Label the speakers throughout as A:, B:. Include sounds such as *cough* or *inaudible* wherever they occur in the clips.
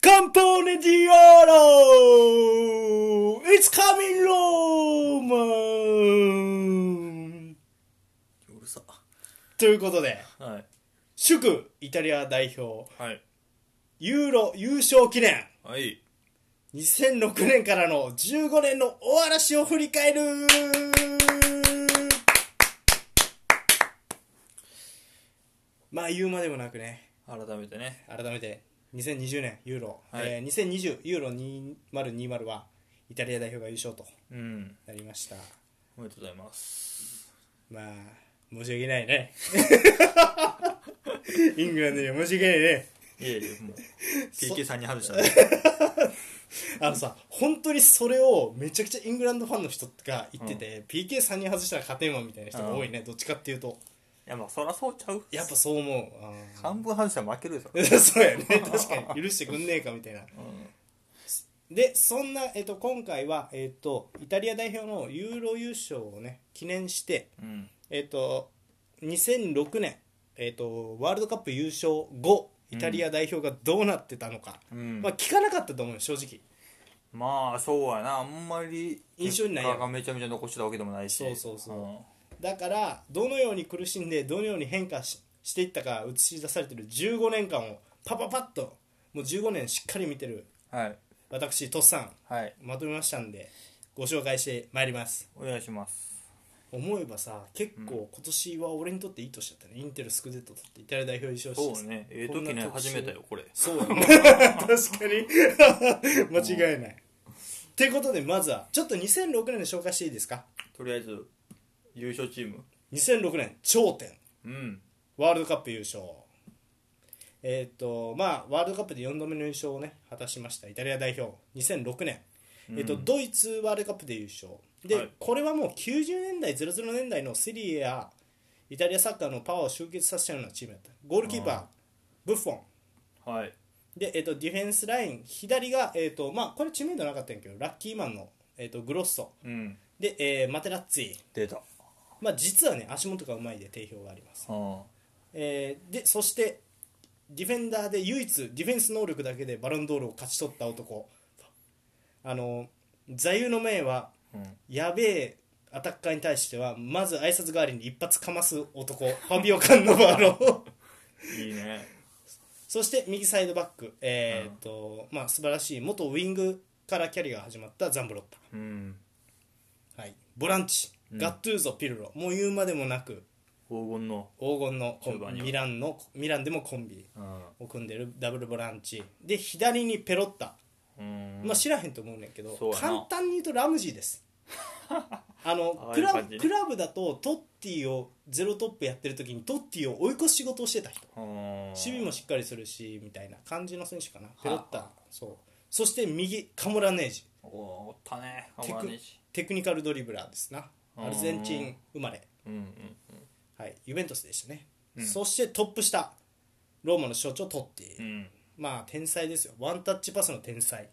A: Campone di Oro! It's coming Rome!
B: うるさ
A: ということで、
B: はい
A: 祝イタリア代表、
B: はい
A: ユーロ優勝記念、
B: はい
A: 2006年からの15年の大嵐を振り返るまあ言うまでもなくね、
B: 改めてね
A: 改めて2020年ユーロ、
B: はい
A: えー2020ユーロ2020はイタリア代表が優勝と
B: うん
A: なりました
B: おめでとうございます
A: まあ申し訳ないね *laughs* イングランドには申し訳ないね
B: いやいやもう *laughs*
A: そ
B: PK さんに外したね
A: あのさ本当にそれをめちゃくちゃイングランドファンの人が言ってて、PK さんに外したら勝てんわみたいな人が多いね、どっちかっていうと
B: *laughs* いやまあそらそうちゃう
A: やっぱそう思うあー
B: 半分外したら負けるでしょ
A: *laughs* そうやね確かに許してくんねえかみたいなでそんな、えっと今回は、えっとイタリア代表のユーロ優勝をね記念して、
B: うん
A: えっと2006年、えっとワールドカップ優勝後イタリア代表がどうなってたのか、
B: うん
A: まあ、聞かなかったと思うよ正直
B: まあそうやなあんまり
A: 印象にないやん
B: 結果がめちゃめちゃ残してたわけでもないし
A: そうそうそう
B: うん
A: だからどのように苦しんでどのように変化ししていったか映し出されてる15年間をパパパッともう15年しっかり見てる
B: はい
A: 私とっさん
B: はい
A: まとめましたんでご紹介してまいります
B: お願いします
A: 思えばさ結構今年は俺にとっていい年だったね、インテルスクゼット取ってイタリア代表優勝して
B: そうねええ時ね始めたよこれ
A: そう *laughs* やね確かに *laughs* 間違いないってことでまずはちょっと2006年で紹介していいですか
B: とりあえず優勝チーム
A: 2006年頂点
B: うん
A: ワールドカップ優勝えーっとまあワールドカップで4度目の優勝をね果たしましたイタリア代表2006年、えーっとドイツワールドカップで優勝で、
B: はい
A: これはもう90年代00年代のセリエやイタリアサッカーのパワーを集結させたようなチームだったゴールキーパーブッフォン
B: はい
A: で、えーっとディフェンスライン左が、えーっとまあ、これ知名度なかったんやけどラッキーマンの、えーっとグロッソ
B: うん
A: で、えーマテラッツィ、
B: 出た
A: まあ、実はね足元がうまいで定評があります
B: うん
A: えーでそしてディフェンダーで唯一ディフェンス能力だけでバロンドールを勝ち取った男あの座右の銘は
B: うん
A: やべえアタッカーに対してはまず挨拶代わりに一発かます男ファビオ・カンノバーロ
B: いいね
A: そして右サイドバック、えーっとまあ、素晴らしい元ウィングからキャリアが始まったザンブロッ
B: うん
A: タ、はい、ボランチ、
B: うん
A: ガットゥーゾピルロもう言うまでもなく
B: 黄金の
A: 黄金のコン
B: 中盤
A: ビ
B: には
A: ミランのミランでもコンビ
B: うん
A: を組んでるダブルボランチで左にペロッタ、
B: うん
A: まあ、知らへんと思うねんけど、
B: そうやな
A: 簡単に言うとラムジーです
B: *laughs*
A: あの
B: ああ
A: ク
B: いう
A: ラ
B: 感
A: ブ
B: じ
A: クラブだとトッティをゼロトップやってる時にトッティを追い越し仕事をしてた人
B: うん
A: 守備もしっかりするしみたいな感じの選手かなペロッタそうそして右カモラネージ
B: おおったね
A: テ
B: 川
A: ク
B: 西
A: テクニカルドリブラーですな
B: うん
A: アルゼンチン生まれ、
B: うんうん
A: はい、ユベントスでしたね、
B: うん
A: そしてトップ下ローマの象徴トッティ、
B: うん
A: まあ天才ですよワンタッチパスの天才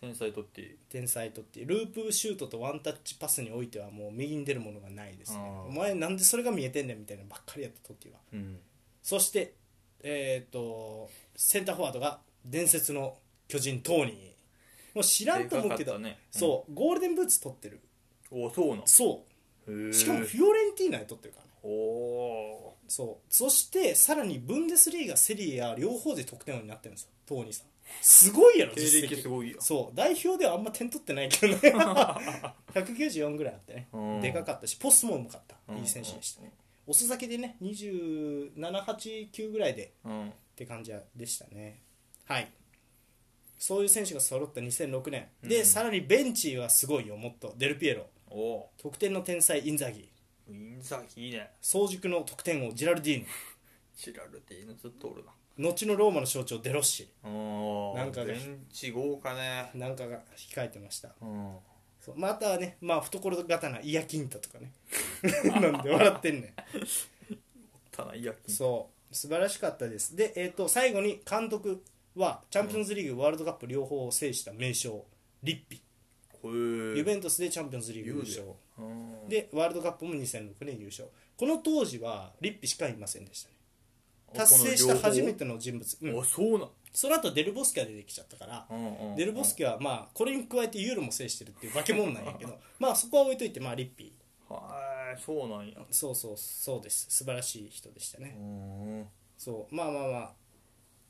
B: 天才とっていい
A: 天才とってループシュートとワンタッチパスにおいてはもう右に出るものがないですね
B: あー
A: お前なんでそれが見えてんねんみたいなのばっかりやった時は
B: うん
A: そしてえっ、とセンターフォワードが伝説の巨人トーニーもう知らんと思うけ
B: でかか
A: ど、
B: ったねうん
A: そうゴールデンブーツ取ってる
B: おそうな
A: そう
B: の
A: しかもフィオレンティーナで取ってるからね
B: おお
A: そうそしてさらにブンデスリーガセリエや両方で得点王になってるんですよトーニーさんすごいやろ
B: 経
A: 実
B: 歴
A: 績
B: すごいよ
A: そう代表ではあんま点取ってないけど
B: *laughs*
A: ね194ぐらいあってね、
B: うん
A: でかかったしポストもうまかった、いい選手でしたね、遅咲きでね2789ぐらいで
B: うん
A: って感じでしたねはいそういう選手が揃った2006年、でさらにベンチはすごいよもっとデルピエロ
B: おお
A: 得点の天才インザギ
B: ウィンザーいいね
A: 早熟の得点王ジェラルディー
B: チラルティーヌずっとおるな
A: ノ後のローマの象徴デロッシ
B: お
A: なんかね
B: ベンチ豪華ね
A: なんかが控えてました
B: うん
A: そうまあ、あとはね、まあ、懐刀イヤキンタとかね *laughs* なんで笑ってんね
B: ただいや
A: んそう素晴らしかったですで、えー、と最後に監督はチャンピオンズリーグ、ワールドカップ両方を制した名将リッピ、
B: こう
A: ユベントスでチャンピオンズリーグ優勝
B: うん
A: でワールドカップも2006年優勝この当時はリッピしかいませんでしたね達成した初めての人物、うん
B: おそうな
A: その後デルボスケが出てきちゃったから、
B: うんうんうん
A: デルボスケはまあこれに加えてユーロも制してるっていう化け物なんやけどまあそこは置いといてまあリッピー
B: はいそうなんや
A: そうそうそうです素晴らしい人でしたね、
B: うん
A: そうまあまあまあ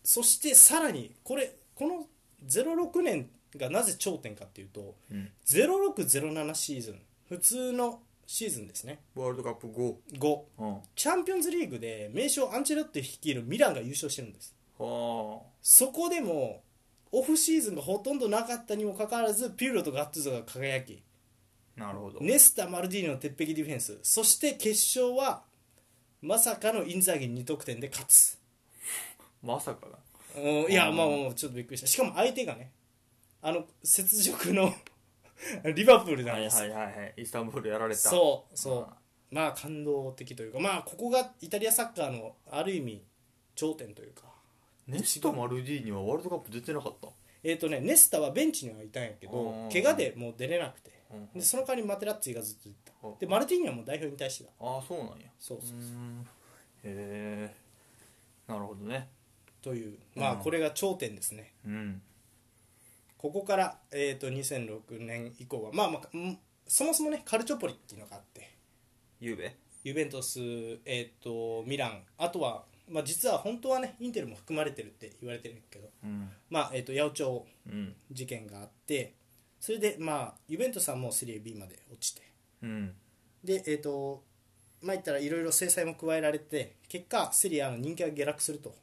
A: そしてさらにこれこの06年がなぜ頂点かっていうと
B: うん
A: 0607シーズン普通のシーズンですね
B: ワールドカップ5
A: 5
B: うんは
A: チャンピオンズリーグで名将アンチェロッテ率いるミランが優勝してるんです
B: あ
A: そこでもオフシーズンがほとんどなかったにもかかわらずピューロとガッツーゾが輝き
B: なるほど、
A: ネスタ・マルディーニの鉄壁ディフェンスそして決勝はまさかのインザーギ2得点で勝つ
B: まさかだ
A: うんいや
B: うん
A: まあまあまあちょっとびっくりしたしかも相手がねあの雪辱の *laughs* リバプールなん
B: はい
A: です、
B: はいはいはいイスタンブールやられた
A: そうそうまあ感動的というかまあここがイタリアサッカーのある意味頂点というか
B: ネスタ・マルディーニはワールドカップ出てなかった
A: えっ、とねネスタはベンチにはいたんやけ
B: う
A: ど
B: ん
A: 怪我でもう出れなくて
B: うん
A: でその代わりマテラッツィがずっといた
B: うん
A: でマルティーニはもう代表に対してだ
B: ああそうなんや
A: そうそう
B: うーんへえなるほどね
A: というまあ
B: うん
A: これが頂点ですね
B: うん
A: ここから、えー、と2006年以降はまあまあうんそもそもねカルチョポリっていうのがあって
B: ゆうべ
A: ユベントス、えー、とミランあとは、まあ、実は本当はねインテルも含まれてるって言われてるんだけど、
B: うん
A: まあえー、と八百長
B: うん
A: 事件があってそれで、まあ、ユベントスはもう 3B まで落ちて
B: うん
A: でえっ、とまあ言ったらいろいろ制裁も加えられて結果セリアの人気が下落すると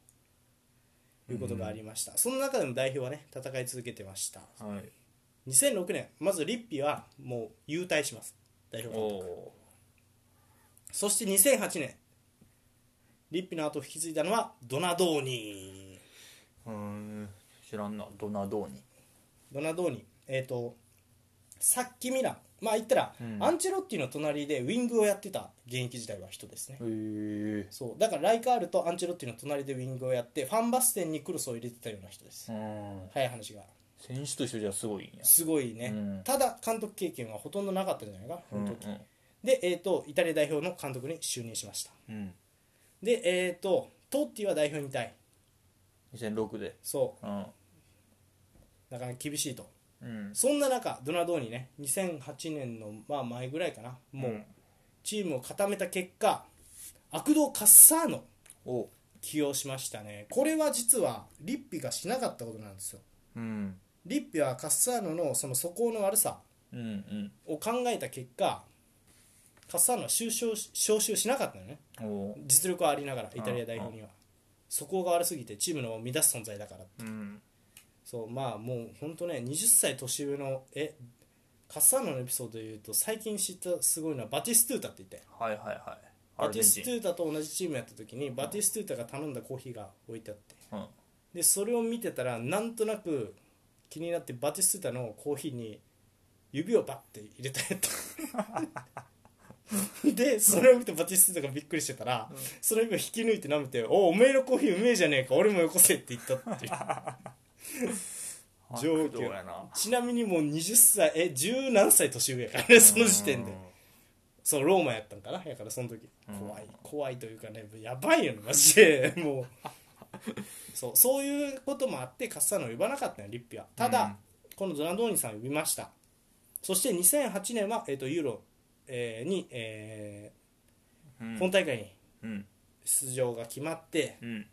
A: いうことがありました、その中でも代表はね戦い続けてました
B: はい
A: 2006年まずリッピはもう優退します代表
B: お
A: 監督
B: お
A: そして2008年リッピの後を引き継いだのはドナドーニ
B: うーん知らんなドナドーニ
A: ドナドーニえっ、とさっきミランまあ言ったら、
B: うん
A: アンチェロッティの隣でウィングをやってた現役時代は人ですね、
B: へえ
A: そうだからライカールとアンチェロッティの隣でウィングをやってファンバステンにクロスを入れてたような人です、
B: うん
A: 早い話が
B: 選手としてじゃすごいんや
A: すごいね、
B: うん
A: ただ監督経験はほとんどなかったんじゃないかこの時、
B: うんうん
A: で、えー、とイタリア代表の監督に就任しました
B: うん
A: でえっ、とトッティは代表にいたい
B: 2006で
A: そ
B: うん
A: うなかなか厳しいと
B: うん
A: そんな中ドナドーニね2008年のまあ前ぐらいかなもうチームを固めた結果悪道カッサーノ
B: お
A: 起用しましたねこれは実はリッピがしなかったことなんですよ
B: うん
A: リッピはカッサーノのその素行の悪さ
B: うんうん
A: を考えた結果カッサーノは収集し招集しなかったのね
B: おお
A: 実力はありながらイタリア代表には素行が悪すぎてチームの乱す存在だから
B: うん
A: そうまあもう本当ね20歳年上のえカッサーノのエピソードで言うと最近知ったすごいのはバティストゥータって言って
B: はいはいはい
A: バティスト
B: ン
A: ゥータと同じチームやった時にバティストゥータが頼んだコーヒーが置いてあって
B: うん
A: でそれを見てたらなんとなく気になってバティストゥータのコーヒーに指をバッて入れたやったでそれを見てバティストゥータがびっくりしてたら、その指を引き抜いて舐めて「おおおめえのコーヒーうめえじゃねえか俺もよこせ」って言ったっていう
B: あ
A: 上級
B: 工藤やな
A: ちなみにもう20歳え十何歳年上やからねその時点でそうローマやったんかなやからその時
B: うん
A: 怖い怖いというかねやばいよねマジで *laughs* もうそうそういうこともあってカッサーノを呼ばなかったよリッピはただ、
B: うん
A: このドナドーニさんを呼びましたそして2008年は、えー、とユーロ、えーに、え
B: う
A: ー
B: ん
A: 本大会に
B: うん
A: 出場が決まって、
B: うん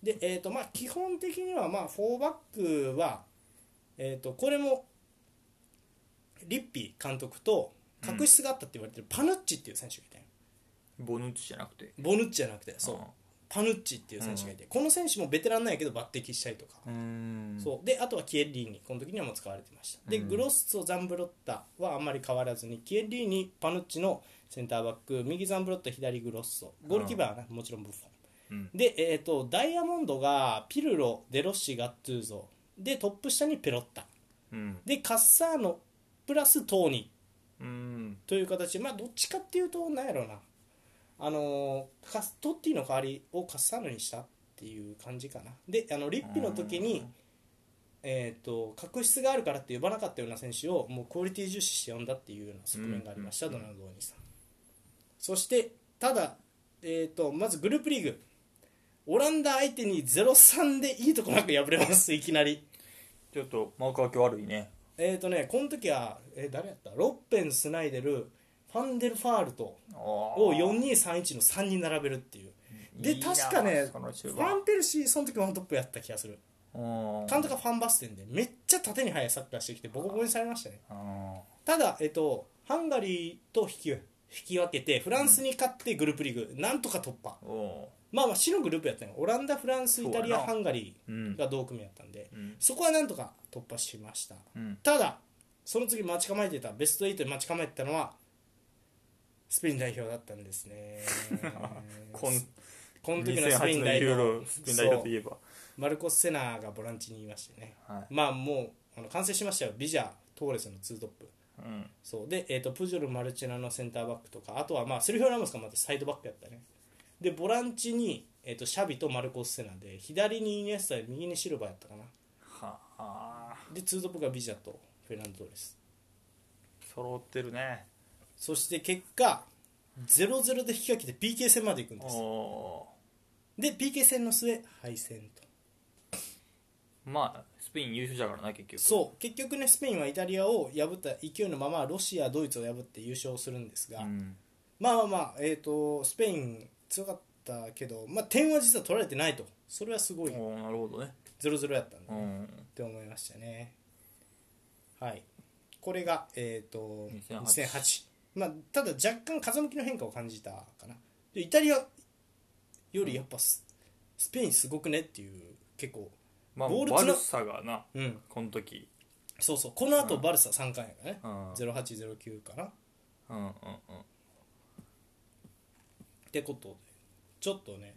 A: で、えーとまあ、基本的には、まあ、フォーバックは、えー、とこれもリッピー監督と確執があったって言われてるパヌッチっていう選手がいたよ
B: ボヌッチじゃなくて
A: ボヌッチじゃなくてそうパヌッチっていう選手がいて、この選手もベテランなんやけど抜擢したりとか、
B: うーん
A: そうであとはキエッリーニこの時にはもう使われてましたで、
B: うん
A: グロッソザンブロッタはあんまり変わらずにキエッリーニパヌッチのセンターバック右ザンブロッタ左グロッソゴールキーパーはね、もちろんブッフォン
B: うん
A: で、えー、とダイヤモンドがピルロデロッシガットゥーゾでトップ下にペロッタ
B: うん
A: でカッサーノプラストーニ
B: うん
A: という形でまあどっちかっていうとなんやろうなあのーカストッティの代わりをカッサーノにしたっていう感じかなであのリッピの時に
B: うん
A: えー、と確執があるからって呼ばなかったような選手をもうクオリティ重視して呼んだっていうような側面がありました、
B: うん
A: ドナルド・オニーさんそしてただ、えー、とまずグループリーグオランダ相手に0-3でいいとこなく敗れますいきなり
B: ちょっとマーク明け悪いね
A: えっ、ー、とねこの時は、えー誰やったロッペンスナイデルファンデルファールト
B: あを
A: を4231の3に並べるっていうで確かね
B: その中
A: ファ
B: 盤
A: ンペルシーその時ワントップやった気がする
B: うん
A: 監督がファンバステンでめっちゃ縦に速いサッカーしてきてボコボコにされましたね
B: うん
A: ただ、えっと、ハンガリーと引き引き分けてフランスに勝ってグループリーグなんとか突破
B: お
A: まあまあ死のグループやったんよオランダフランスイタ
B: そう
A: リ
B: や
A: ア
B: な
A: ハンガリ
B: ううん
A: ーが同組やったんで
B: うん
A: そこはなんとか突破しました
B: うん
A: ただその次待ち構えてたベスト8で待ち構えてたのはスペイン代表だったんです
B: *laughs*
A: ね
B: こん
A: この時のスペイ
B: 2008
A: ン
B: の
A: 代
B: ユーロ
A: 表
B: スペイン代表といえば
A: そうマルコス・セナがボランチにいましてね
B: はい
A: まあもうあの完成しましたよビジャートーレスのツートップ
B: うん
A: そうで、えー、とプジョルマルチェナのセンターバックとかあとは、まあ、セルフィオ・ラモスがまたサイドバックやったねでボランチに、えー、とシャビとマルコス・セナで左にイニエスタで右にシルバーやったかな
B: はあ
A: でツートップがビジャとフェランド・トーレス
B: 揃ってるね
A: そして結果0-0で引き分けて PK 戦まで行くんです
B: お
A: で PK 戦の末敗戦と
B: ーまあスペイン優勝者からな結局
A: そう結局ねスペインはイタリアを破った勢いのままロシアドイツを破って優勝するんですが、
B: ん
A: まあまあまあ、えー、とスペイン強かったけど、まあ、点は実は取られてないとそれはすごい
B: おーなるほどね
A: 0-0やったんだ
B: う
A: ね
B: ん
A: って思いましたねはいこれが、えー、と
B: 2008
A: 2008、まあ、ただ若干風向きの変化を感じたかなでイタリアよりやっぱス,、スペインすごくねっていう結構
B: まあ
A: ボールつな
B: 悪さがな
A: うん
B: この時
A: そうそうこのあとバルサ3回やからね、
B: うん
A: 0809かなっ
B: うんうんうん
A: てことでちょっとね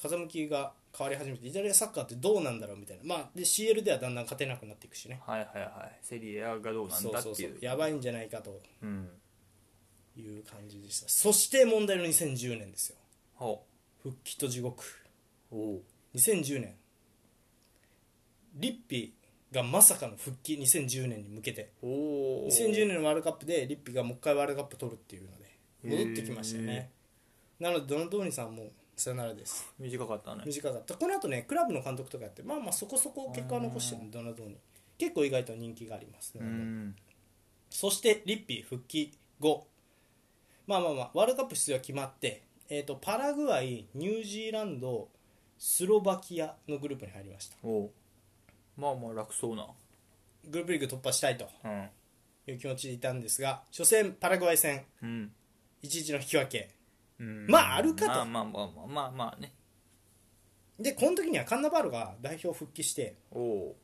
A: 風向きが変わり始めてイタリアサッカーってどうなんだろうみたいなまあで CL ではだんだん勝てなくなっていくしね
B: はいはいはいセリエ A がどうなん
A: そう
B: だっ
A: そう
B: て
A: そ
B: いうう
A: やばいんじゃないかと
B: うん
A: いう感じでしたそして問題の2010年ですよ
B: ほ
A: 復帰と地獄
B: うおう
A: 2010年リッピーがまさかの復帰2010年に向けて
B: おお
A: 2010年のワールドカップでリッピーがもう一回ワールドカップ取るっていうので戻ってきました
B: へ
A: ねなのでドナドーニさんもさよならです
B: 短かったね
A: 短かったこの後ねクラブの監督とかやってまあまあそこそこ結果は残してるドナドーニ結構意外と人気があります
B: う
A: ので
B: ん
A: そしてリッピー復帰後まあまあまあワールドカップ出場決まって、えー、とパラグアイニュージーランドスロバキアのグループに入りました
B: おうまあまあ楽そうな
A: グループリーグ突破したいと
B: うん
A: いう気持ちでいたんですが初戦パラグアイ戦
B: うん
A: 1-1の引き分け
B: うん
A: まああるかと
B: まあまあまあまあまあまあね
A: でこの時にはカンナバールが代表復帰して
B: おお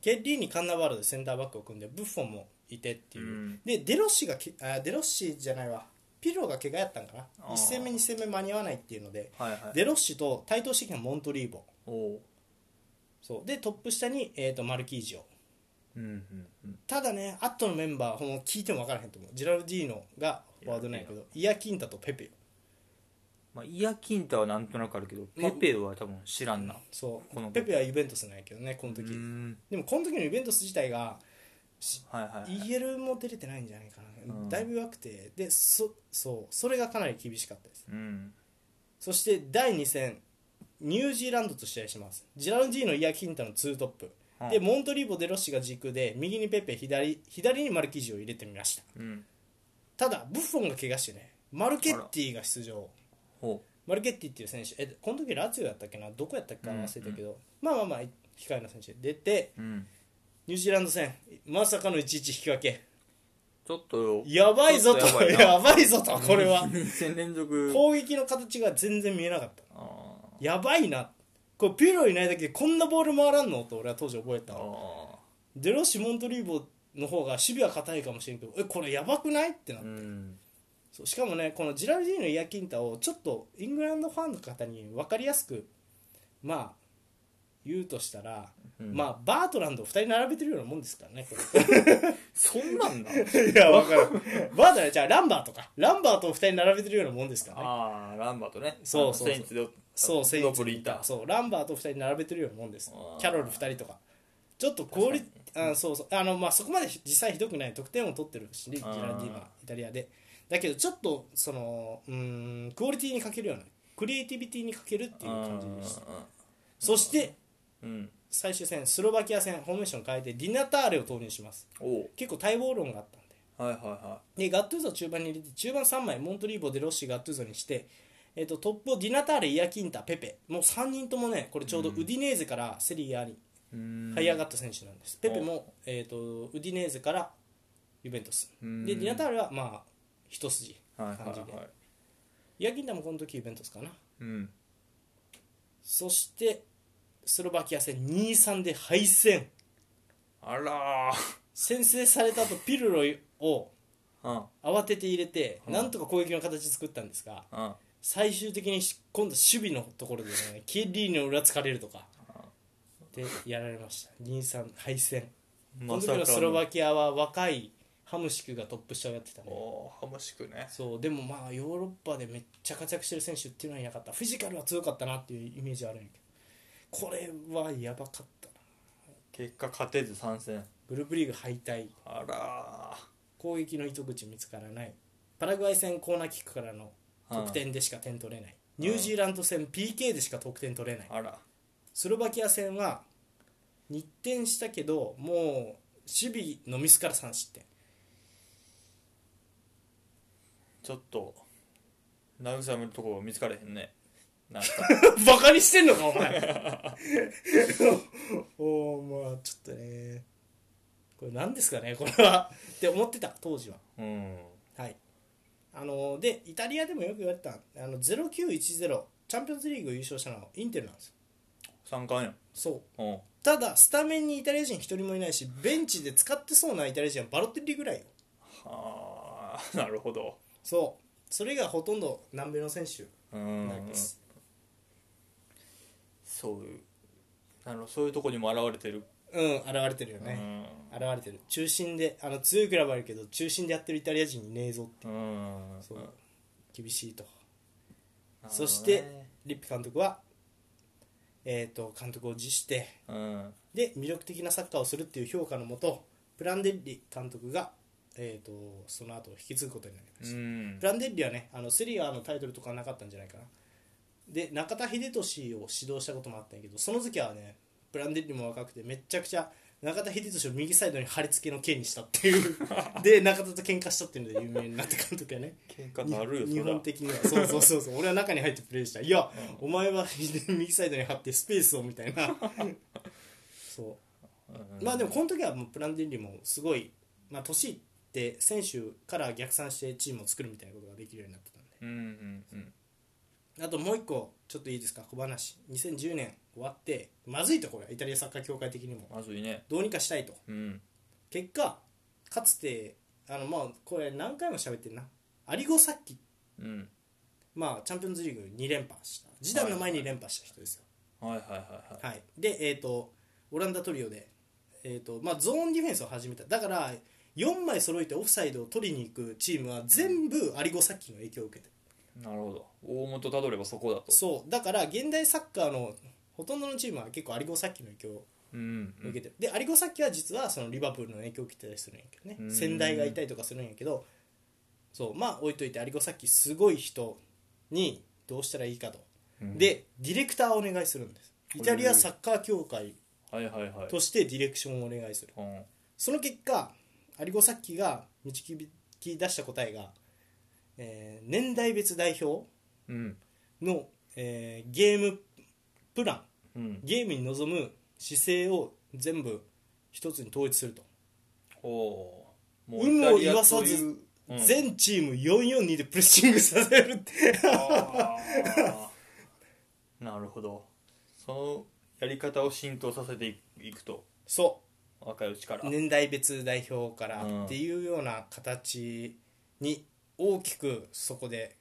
A: ケッリーにカンナバールでセンターバックを組んでブッフォンもいてっていう、
B: うん
A: でデロッシがけあデロッシじゃないわピルロが怪我やったんかな
B: あー
A: 1戦目2戦目間に合わないっていうので
B: はいはい
A: デロッシと対等してきたモントリーボ
B: おお
A: そうでトップ下に、えー、とマルキージョ
B: うんうんうん
A: ただねアットのメンバーもう聞いても分からへんと思うジェラルディーノがフォワードなんやけどイヤキンタとペペよ
B: まあイヤキンタはなんとなくあるけどペペは多分知らんな
A: そ
B: この
A: うペペはユベントスなんやけどねこの
B: う
A: 時
B: ん
A: でもこの時のユベントス自体が
B: はいはいはい
A: EL も出れてないんじゃないかな、
B: うん
A: だいぶ弱くてでそそうそれがかなり厳しかったです
B: うん
A: そして第2戦ニュージーランドと試合しますジェラルディーノイヤキンタのツートップ、
B: はい
A: でモントリーボデロッシが軸で右にペペ左左にマルキージを入れてみました
B: うん
A: ただブッフォンが怪我してねマルケッティが出場
B: ほ
A: マルケッティっていう選手えこの時ラツィオやったっけなどこやったっけか忘れたけど、まあまあまあ控えの選手で出て
B: ううん
A: ニュージーランド戦まさかの1-1引き分け
B: ちょっと
A: やばいぞと
B: ちょっとやばいな
A: やばいぞとこれは
B: 2戦連続
A: 攻撃の形が全然見えなかった
B: あー
A: やばいなこれピロいないだけでこんなボール回らんのと俺は当時覚えた
B: あ
A: わ
B: ー
A: デロッシモントリーボの方が守備は硬いかもしれんけどえこれやばくないってなっ
B: う
A: た、
B: ん
A: そうしかもねこのジラルディーノ・イヤキンタをちょっとイングランドファンの方に分かりやすくまあ言うとしたら、
B: うん
A: まあバートランドを2人並べてるようなもんですからねこれ
B: そんなんだ
A: いや分かるバートランドじゃあランバーとかランバーとを2人並べてるようなもんですからね
B: *laughs* ああランバーとね
A: そうそうそう
B: あのセインツで
A: そう、セインツ
B: ロブリ
A: にい
B: ータ
A: た。そう、ランバーと2人並べてるようなもんです
B: あ。ー
A: キャロル2人とか。ちょっと効率、あそうそう。あの、まあ、そこまで実際ひどくない。得点を取ってるしね、ジェラルディーナ
B: あ
A: イタリアで。だけど、ちょっと、その、うーん、クオリティに欠けるような。クリエイティビティに欠けるっていう感じでした
B: あ
A: そして
B: ーうん
A: 最終戦スロバキア戦フォーメーション変えてディナターレを投入します
B: おう
A: 結構待望論があったんで
B: はいはいは
A: でガットゥーゾを中盤に入れて中盤3枚モントリーボでロッシーガットゥーゾにして、えっとトップをディナターレイヤキンタペペもう3人ともねこれちょうどウディネーゼからセリアに
B: いうーん
A: 這い上がった選手なんです、ペペも、えっとウディネーゼからユベントス、
B: うん
A: でディナターレはまあ一筋
B: はい
A: 感
B: は
A: じで、
B: いはい
A: イヤキンタもこの時ユベントスかな
B: うん
A: そしてスロバキア戦2-3で敗戦
B: あらー
A: 先制された後ピルロを
B: うん
A: 慌てて入れて、なんとか攻撃の形作ったんですが
B: うん
A: 最終的にし今度守備のところでねキリーの裏つかれるとかでやられました23敗戦この時のスロバキアは若いハムシクがトップ下をやってたね
B: おーハムシクね
A: そうでもまあヨーロッパでめっちゃ活躍してる選手っていうのはいなかったフィジカルは強かったなっていうイメージはあるんやけどこれはやばかったな
B: 結果勝てず参戦
A: グループリーグ敗退
B: あら
A: 攻撃の糸口見つからないパラグアイ戦コーナーキックからの
B: ー
A: 得点でしか点取れないニュージーランド戦 PK でしか得点取れない
B: うんあら
A: スロバキア戦は2点したけどもう守備のミスから3失点
B: ちょっと慰めるとこが見つかれへんねなんか
A: *laughs* バカにしてんのかお前 *laughs* おおまあちょっとねこれ何ですかねこれはって思ってた当時は
B: うん
A: はいあのでイタリアでもよく言われてたあの0910チャンピオンズリーグ優勝したのはインテルなんですよ
B: 三冠やん
A: そう
B: うん
A: ただスタメンにイタリア人一人もいないしベンチで使ってそうなイタリア人はバロッテリぐらいよ
B: はあなるほど
A: そうそれがほとんど南米の選手
B: うん
A: なんです、
B: そういうあのそういうとこにも現れてる、
A: うん現れてるよ
B: う
A: ね、
B: ん
A: 現れてる中心であの強いクラブあるけど中心でやってるイタリア人いねえぞって
B: うん
A: そう
B: なる
A: 厳しいと
B: ほどね
A: そしてリッピ監督はえっ、と監督を辞して
B: うん
A: で魅力的なサッカーをするっていう評価のもとプランデッリ監督がえー、とその後を引き継ぐことになりま
B: う
A: した、
B: ん
A: プランデッリはねあのセリアのタイトルとかなかったんじゃないかなで中田英寿を指導したこともあったんやけどその時はねプランデッリも若くてめっちゃくちゃ中田英寿を右サイドに貼り付けの剣にしたっていう
B: *laughs*
A: で中田と喧嘩したっていうので有名になった監督やね
B: 喧嘩なるよ
A: に日
B: そら
A: 本的にはそうそうそう
B: *laughs*
A: そう俺は中に入ってプレーしたいや、お前は右サイドに張ってスペースをみたい
B: *laughs*
A: なそう
B: うん
A: まあでもこの時はもうプランディリもすごい、まあ、年いって選手から逆算してチームを作るみたいなことができるようになってたん
B: うんうんうん
A: であともう一個ちょっといいですか小話2010年終わってまずいとこれイタリアサッカー協会的にも
B: まずいね
A: どうにかしたいと
B: うん
A: 結果かつてあのまあこれ何回も喋ってるなアリゴサッキ
B: うん
A: まあチャンピオンズリーグ2連覇した時代の前に連覇した人ですよ
B: はいはいはいはい
A: はい、で、えー、とオランダトリオで、えーとまあ、ゾーンディフェンスを始めただから4枚揃えてオフサイドを取りに行くチームは全部アリゴサッキの影響を受けてる
B: なるほど大元たどればそこだと
A: そうだから現代サッカーのほとんどのチームは結構アリゴサッキの影響を
B: うんう
A: 受
B: ん
A: けてる、でアリゴサッキは実はそのリバプールの影響を受けてたりするんやけどね
B: うん
A: 先代がいたりとかするんやけどそうまあ置いといてアリゴサッキすごい人にどうしたらいいかと、
B: うん
A: でディレクターをお願いするんですイタリアサッカー協会
B: はいはいはい
A: としてディレクションをお願いする
B: うん
A: その結果アリゴサッキが導き出した答えが、えー年代別代表
B: うん
A: の、えーゲームプラン
B: うん
A: ゲームに臨む姿勢を全部一つに統一すると、
B: おおーも
A: 有無を言わさ
B: イタリアとい
A: ず
B: ううん
A: 全チーム442でプレッシングさせるって
B: あー *laughs* なるほどそのやり方を浸透させていいくと
A: そ
B: 若いうちから、
A: う年代別代表から
B: うん
A: っていうような形に大きくそこで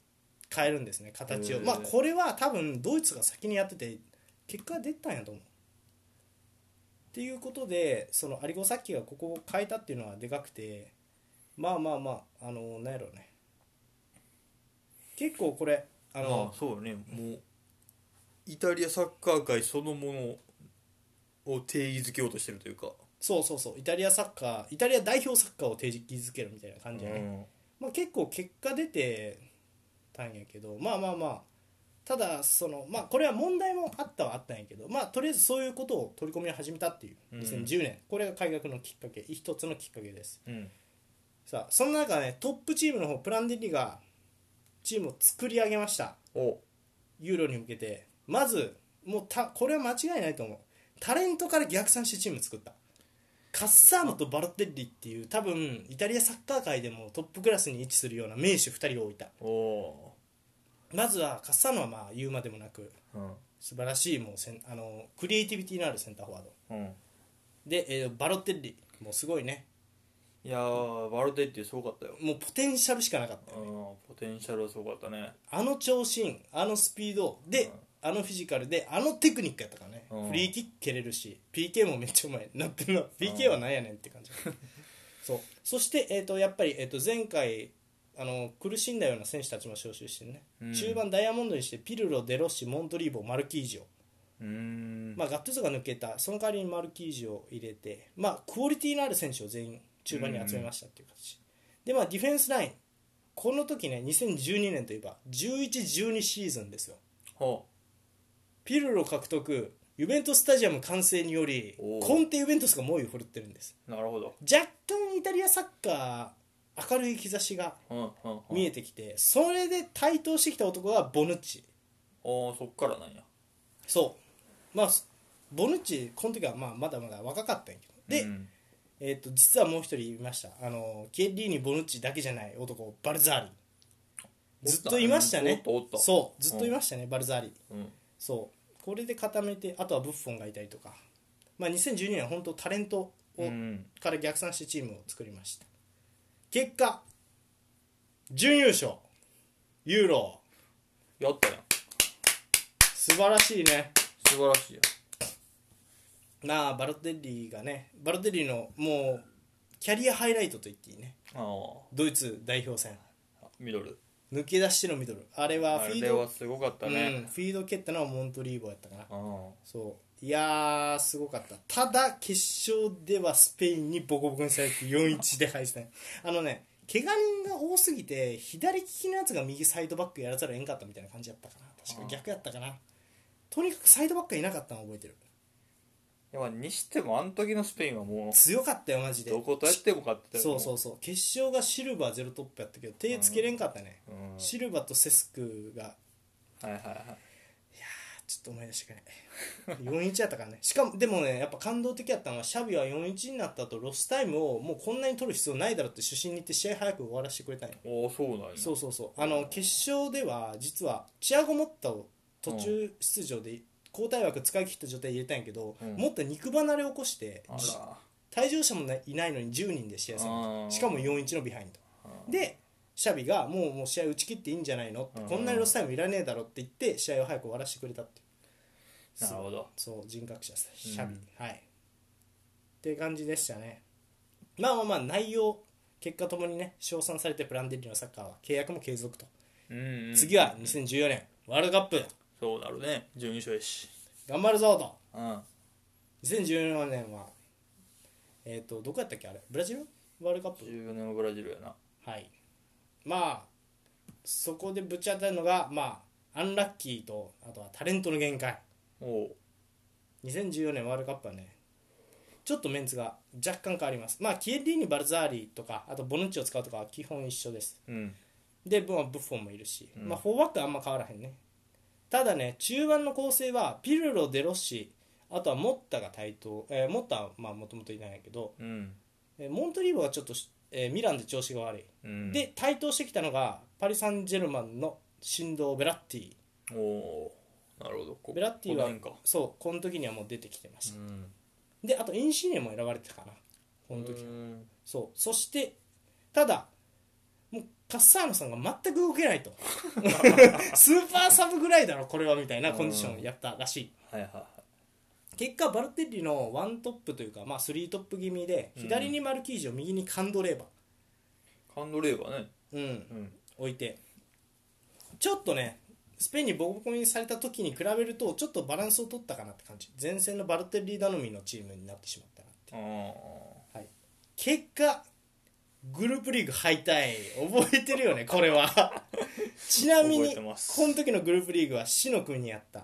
A: 変えるんですね形を
B: へー
A: まあこれは多分ドイツが先にやってて結果が出たんやと思うっていうことでそのアリゴサッキがここを変えたっていうのはでかくてまあまあまああのなんやろうね結構これあ
B: あ
A: の
B: そうねもうイタリアサッカー界そのものを定義づけようとしてるというか、
A: そうそうそうイタリアサッカーイタリア代表サッカーを定義づけるみたいな
B: う
A: 感じやね
B: ん、
A: まあ、結構結果出てたんやけどまあまあまあただその、まあ、これは問題もあったはあったんやけど、まあ、とりあえずそういうことを取り込みを始めたっていう
B: うん
A: 2010年、これが改革のきっかけ一つのきっかけです
B: うん
A: さあその中ねトップチームの方プランデリがチームを作り上げました
B: お
A: ユーロに向けてまずもうたこれは間違いないと思うタレントから逆算してチーム作ったカッサーノとバロッテッリっていう多分イタリアサッカー界でもトップクラスに位置するような名手2人を置いた
B: お
A: まずはカッサーノはまあ言うまでもなく
B: うん
A: 素晴らしいもうセンあのクリエイティビティのあるセンターフォワード
B: うん
A: で、えーバロッテッリもうすごいね
B: いやーバルデッティすごかったよ
A: もうポテンシャルしかなかった
B: うんポテンシャルはすごかったね
A: あの長身あのスピードで、
B: うん
A: あのフィジカルであのテクニックやったからね、
B: うん
A: フリーキック蹴れるし PK もめっちゃうまいなってるな PK はなんやねんって
B: *laughs*
A: 感じ、そうそして、えー、とやっぱり、えー、と前回あの苦しんだような選手たちも招集してね、
B: うん
A: 中盤ダイヤモンドにしてピルロデロッシモントリーボマルキージョ
B: うーん
A: まあ、ガットゥーゾが抜けたその代わりにマルキージを入れて、まあ、クオリティのある選手を全員中盤に集めましたっていう形、で、まあ、ディフェンスラインこの時ね2012年といえば1112シーズンですよ
B: ほ
A: ピルロ獲得ユベントスタジアム完成により
B: おう
A: コンテ・ユベントスが猛威を振るってるんです
B: うなるほど
A: 若干イタリアサッカー明るい兆しが
B: うんうんう
A: 見
B: ん
A: えてきてそれで台頭してきた男がボヌッチ
B: おーそっからなんや
A: そうまあボヌッチこの時はまあまだまだ若かったんやけどで、
B: うん
A: えっと実はもう一人いましたあのケリーニ・ボヌッチだけじゃない男バルザーリずっといましたね
B: おったおった
A: そうずっといましたね、バルザーリ
B: うん
A: そうこれで固めてあとはブッフォンがいたりとか、まあ、2012年は本当タレントを、
B: うん
A: から逆算してチームを作りました結果準優勝ユーロ
B: やったやん
A: 素晴らしいね
B: 素晴らしいや
A: なあバロテッリがねバロテッリのもうキャリアハイライトと言っていいね
B: あ
A: ドイツ代表戦
B: あミドル
A: 抜け出してのミドルあれは
B: あ
A: フィー
B: れ
A: ド
B: はすごかった
A: うん、
B: ね
A: フィード蹴ったのはモントリーボやったかな
B: うん
A: そういやーすごかったただ決勝ではスペインにボコボコにされて4-1で敗戦 *laughs* あのね怪我人が多すぎて左利きのやつが右サイドバックやらざるをえんかったみたいな感じやったかな確か逆やったかなとにかくサイドバックがいなかったのを覚えてる
B: やっぱにしてもあの時のスペインはもう
A: 強かったよマジで
B: どことやっても勝ってたよ
A: そうそううそう決勝がシルバーゼロトップやったけど手つけれんかったね、
B: うんはい
A: シルバーとセスクが
B: はいはい
A: ちょっと思い出してくれ4-1やったからねしかもでもねやっぱ感動的やったのはシャビは4-1になった後ロスタイムをもうこんなに取る必要ないだろうって主審に言って試合早く終わらせてくれたんよ
B: おおそうなんや
A: そうそうそうあの決勝では実はチアゴ・モッタを途中出場で交代枠使い切った状態で入れたんやけど、
B: うん
A: モッタ肉離れ起こして
B: あ
A: じ
B: ら
A: 退場者もないいないのに10人で試合する
B: あー
A: しかも4-1のビハインドでシャビがもうもう試合打ち切っていいんじゃないのって
B: うん
A: こんなにロスタイムいらねえだろって言って試合を早く終わらせてくれたっていう
B: なるほど
A: そう人格者ですシャビ、
B: うん
A: はいって感じでしたねまあまあまあ内容結果ともにね称賛されてプランデッリのサッカーは契約も継続と、
B: うんうん
A: 次は2014年ワールドカップ
B: そうなるね準優勝やし
A: 頑張るぞと
B: うん
A: 2014年はえっ、とどこやったっけあれブラジルワールドカップ
B: 14年のブラジルやな
A: はいまあそこでぶち当たるのがまあアンラッキーとあとはタレントの限界
B: おお
A: 2014年ワールドカップはねちょっとメンツが若干変わりますまあキエリーニ・バルザーリとかあとボヌッチを使うとかは基本一緒です
B: うん
A: でまあブッフォンもいるし、
B: うん
A: まあフォーバックはあんま変わらへんねただね中盤の構成はピルロ・デロッシあとはモッタが対等、えーモッタはまあもともといないんやけど、
B: うん
A: えーモントリーボがちょっとし、えーミランで調子が悪い
B: うん
A: で台頭してきたのがパリ・サンジェルマンの神童ベラッティ
B: おおなるほどこ
A: ベラッティは
B: この辺か
A: そうこの時にはもう出てきてまし
B: う
A: た、
B: ん
A: であとインシーネも選ばれてたかなこの時、
B: うん
A: そうそしてただもうカッサーノさんが全く動けない
B: *laughs*
A: とスーパーサブぐらいだろこれはみたいなコンディションやったらしい
B: はいはいは
A: 結果バルテッリのワントップというか、まあ、スリートップ気味で
B: うん
A: 左にマルキージョ右にカンドレーバ
B: いカンドレーバーね
A: うん
B: うん
A: 置いてちょっとねスペインにボコボコにされた時に比べるとちょっとバランスを取ったかなって感じ前線のバルテッリ頼みのチームになってしまったなって
B: ああ
A: 結果グループリーグ敗退覚えてるよ
B: *laughs*
A: ねこれはちなみ
B: 覚え
A: に
B: て
A: こ
B: ます
A: の時のグループリーグは死の国にあった、
B: うん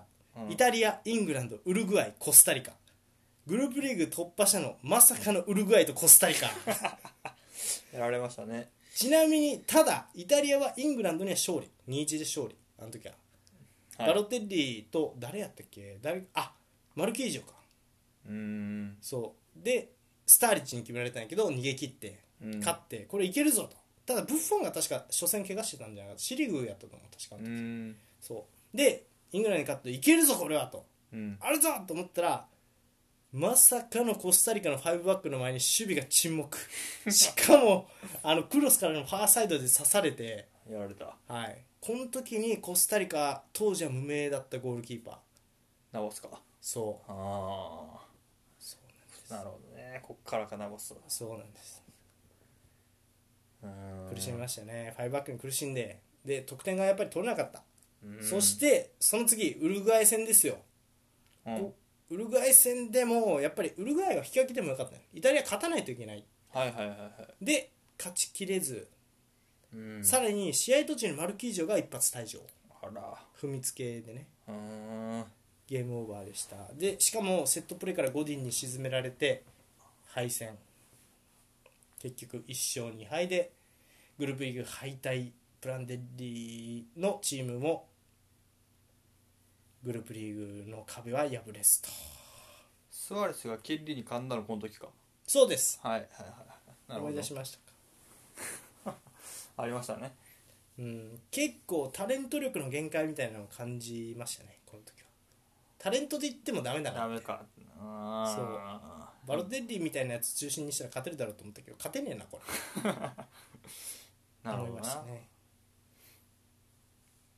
A: イタリアイングランドウルグアイコスタリカグループリーグ突破したのまさかのウルグアイとコスタリ
B: *laughs*
A: カ
B: やられましたね
A: ちなみにただイタリアはイングランドには勝利2-1で勝利あの時は、
B: はい
A: バロテッリと誰やったっけ誰あマルキージョか
B: うーん
A: そうでスターリッチに決められたんやけど逃げ切って
B: うん
A: 勝って、これいけるぞとただブッフォンが確か初戦怪我してたんじゃなかったシリグーやったと思う確か、
B: うーん
A: そうでイングランドに勝っていけるぞこれはと
B: うん
A: あるぞと思ったらまさかのコスタリカの5バックの前に守備が沈
B: *laughs*
A: 黙しかもあのクロスからのファーサイドで刺されて、
B: やられた
A: はい、この時にコスタリカ当時は無名だったゴールキーパー
B: ナボスか
A: そ
B: ああ
A: うそうなんです
B: ーなるほどねこっからかナボス
A: そうなんです
B: うーん
A: 苦しみましたね、ファイブバックに苦しんでで得点がやっぱり取れなかった、
B: うん
A: そしてその次ウルグアイ戦ですよ、
B: うん
A: ウルグアイ戦でもやっぱりウルグアイは引き分けてもよかったのイタリア勝たないといけない
B: はいはいはいはい
A: で勝ちきれず、
B: うん
A: さらに試合途中にマルキージョが一発退場
B: あら
A: 踏みつけでね
B: うーん
A: ゲームオーバーでしたでしかもセットプレーからゴディンに沈められて敗戦結局1勝2敗でグループリーグ敗退プランデッリのチームもグループリーグの壁は破れずと
B: スアレスが権利に噛んだのこの時か
A: そうです
B: はいはいはいはいなる
A: 思
B: ほ
A: い
B: ど
A: 出しましたか
B: ありましたね
A: うん結構タレント力の限界みたいなのを感じましたねこの時はタレントで言ってもダメだな
B: ダメかあ
A: バロテッリみたいなやつ中心にしたら勝てるだろうと思ったけど勝てねえなこれ
B: ーな
A: 思
B: るほ
A: い
B: ど
A: ま
B: な
A: した
B: や
A: ね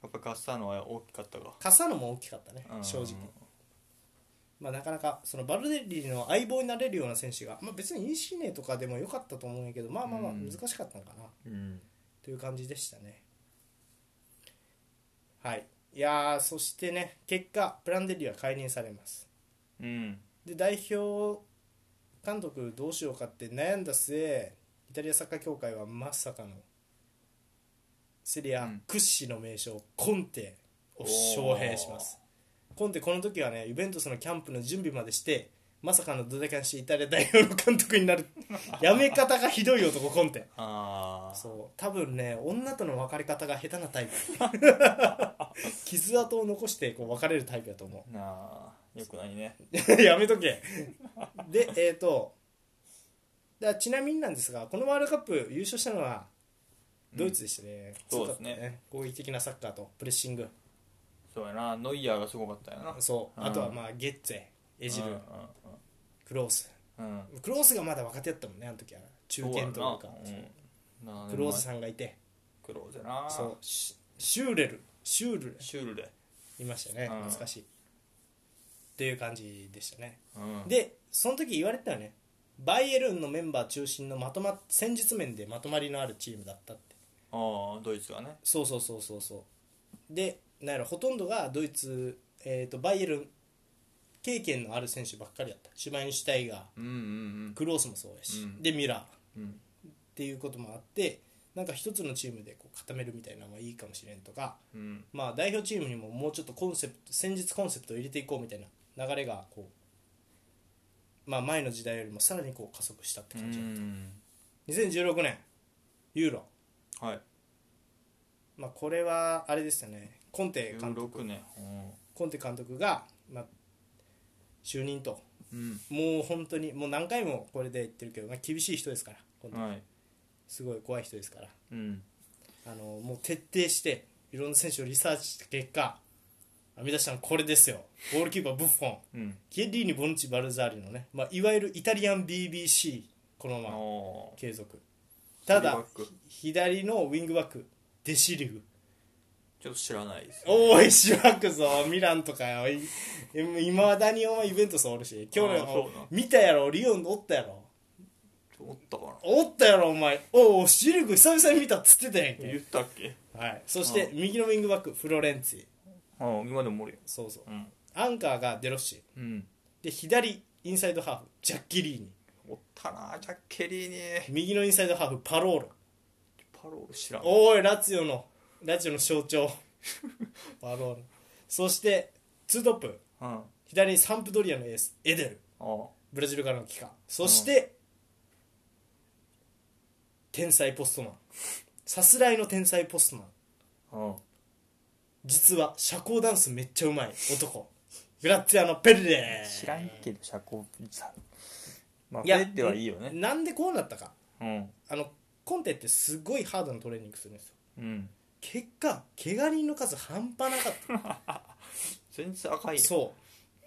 B: っぱカッサーノは大きかったか
A: カサノも大きかったね
B: うん
A: 正直、まあ、なかなかそのバロテッリの相棒になれるような選手が、まあ、別にインシーネとかでも良かったと思うんやけどまあまあまあ
B: うん
A: 難しかったのかな
B: うん
A: という感じでしたねはいいやーそしてね結果プランデッリは解任されます
B: うん
A: で代表監督どうしようかって悩んだ末イタリアサッカー協会はまさかのセリ
B: う
A: ア
B: ん
A: 屈指の名将コンテを招聘しますコンテこの時はねユベントスのキャンプの準備までしてまさかのドデカンシイタリア代表の監督に
B: *laughs*
A: なるやめ方がひどい男コンテ
B: ああ
A: そう多分ね女との別れ方が下手な
B: *laughs*
A: タイプ *laughs* 傷跡を残してこう別れるタイプだと思う
B: なあよくないね
A: *laughs* やめとけでえっ、とだちなみになんですがこのワールドカップ優勝したのはドイツでしたね、
B: うんそうですね
A: 強かった攻撃的なサッカーとプレッシング
B: そうやなノイヤーがすごかったよな
A: そう
B: うん
A: あとはまあゲッツェエジル、
B: うん
A: クロース
B: うんうん
A: クロースがまだ若手やったもんねあの時は中堅というか
B: そうやなうん
A: クローズさんがいて
B: クローゼな
A: そうシシューレルシュール
B: シュールで
A: いましたね
B: うん
A: 懐かしいっていう感じでしたね
B: うん
A: でその時言われてたよねバイエルンのメンバー中心のまとま戦術面でまとまりのあるチームだったって
B: ああドイツがね
A: そうそうそうそうそうでなんやろほとんどがドイツ、えー、とバイエルン経験のある選手ばっかりだったシュマインシュタイガ
B: うんうん
A: ークロースもそうやし、
B: うん
A: でミュラーっ
B: うんうん
A: ていうこともあってなんか一つのチームでこう固めるみたいなのはいいかもしれんとか、
B: うん
A: まあ、代表チームにももうちょっとコンセプト戦術コンセプトを入れていこうみたいな流れがこう、まあ、前の時代よりもさらにこう加速したって
B: う
A: 感じ、
B: ん
A: 2016年ユーロ、
B: はい
A: まあ、これはあれですよねコンテ監督
B: 16年うん
A: コンテ監督が、まあ、就任と
B: うん
A: もう本当にもう何回もこれで言ってるけど、まあ、厳しい人ですからコンテ
B: はい
A: すごい怖い人ですから
B: うん
A: あのもう徹底していろんな選手をリサーチした結果編み出したのこれですよゴールキーパーブッフォン
B: うん
A: ケリーニ・ボヌッチ・バルザーリのね、まあ、いわゆるイタリアン BBC このまま
B: おー
A: 継続た
B: 左
A: だ
B: バック
A: ひ左のウィングバックデシリグ
B: ちょっと知らないです
A: おいしばくぞミランとかよいいまだにお前イベントさおるし去年
B: あーそうなん
A: 見たやろリオンおったやろ
B: ちょおったかな
A: おったやろお前おおシリグ久々に見たっつってたやん
B: 言
A: け、
B: ったっけ
A: はい、そして右のウィングバックフロレンツィ
B: ああ今でもおるよ
A: そうそう
B: うん
A: アンカーがデロッシ
B: うん
A: で左インサイドハーフジャッキリーニ
B: おったなジャッケリーに
A: 右のインサイドハーフパローロ
B: パロール知らん
A: おいラツィオのラツィオの象
B: *laughs*
A: 徴パローロそしてツートップ
B: うんあ
A: 左にサンプドリアのエースエデル
B: あ
A: ブラジルからの帰化そして、天才ポストマンさすらいの天才ポストマン
B: うん
A: 実は社交ダンスめっちゃうまい男グラッツィアのペルレ
B: 知らんけど社交さまあ
A: い
B: フ
A: や
B: レッテはいいよね
A: なんでこうなったか
B: うん
A: あのコンテってすごいハードなトレーニングするんですよ
B: うん
A: 結果怪我人の数半端なかった
B: 全然赤いよ
A: そう